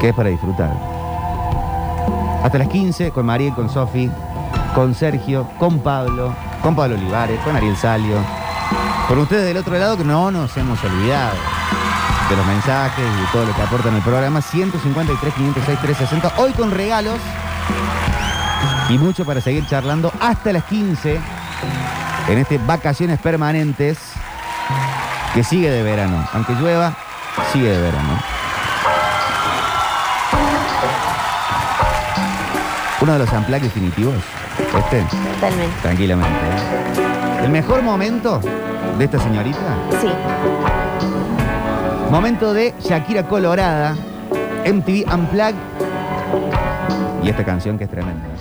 que es para disfrutar. Hasta las 15 con María y con Sofi, con Sergio, con Pablo, con Pablo Olivares, con Ariel Salio, con ustedes del otro lado que no nos hemos olvidado de los mensajes y de todo lo que aportan al programa. 153, 506, 360. Hoy con regalos y mucho para seguir charlando hasta las 15 en este vacaciones permanentes que sigue de verano. Aunque llueva, sigue de verano. Uno de los amplaques definitivos. Este, Totalmente. tranquilamente. ¿eh? El mejor momento de esta señorita Sí. Momento de Shakira Colorada, MTV Unplugged y esta canción que es tremenda.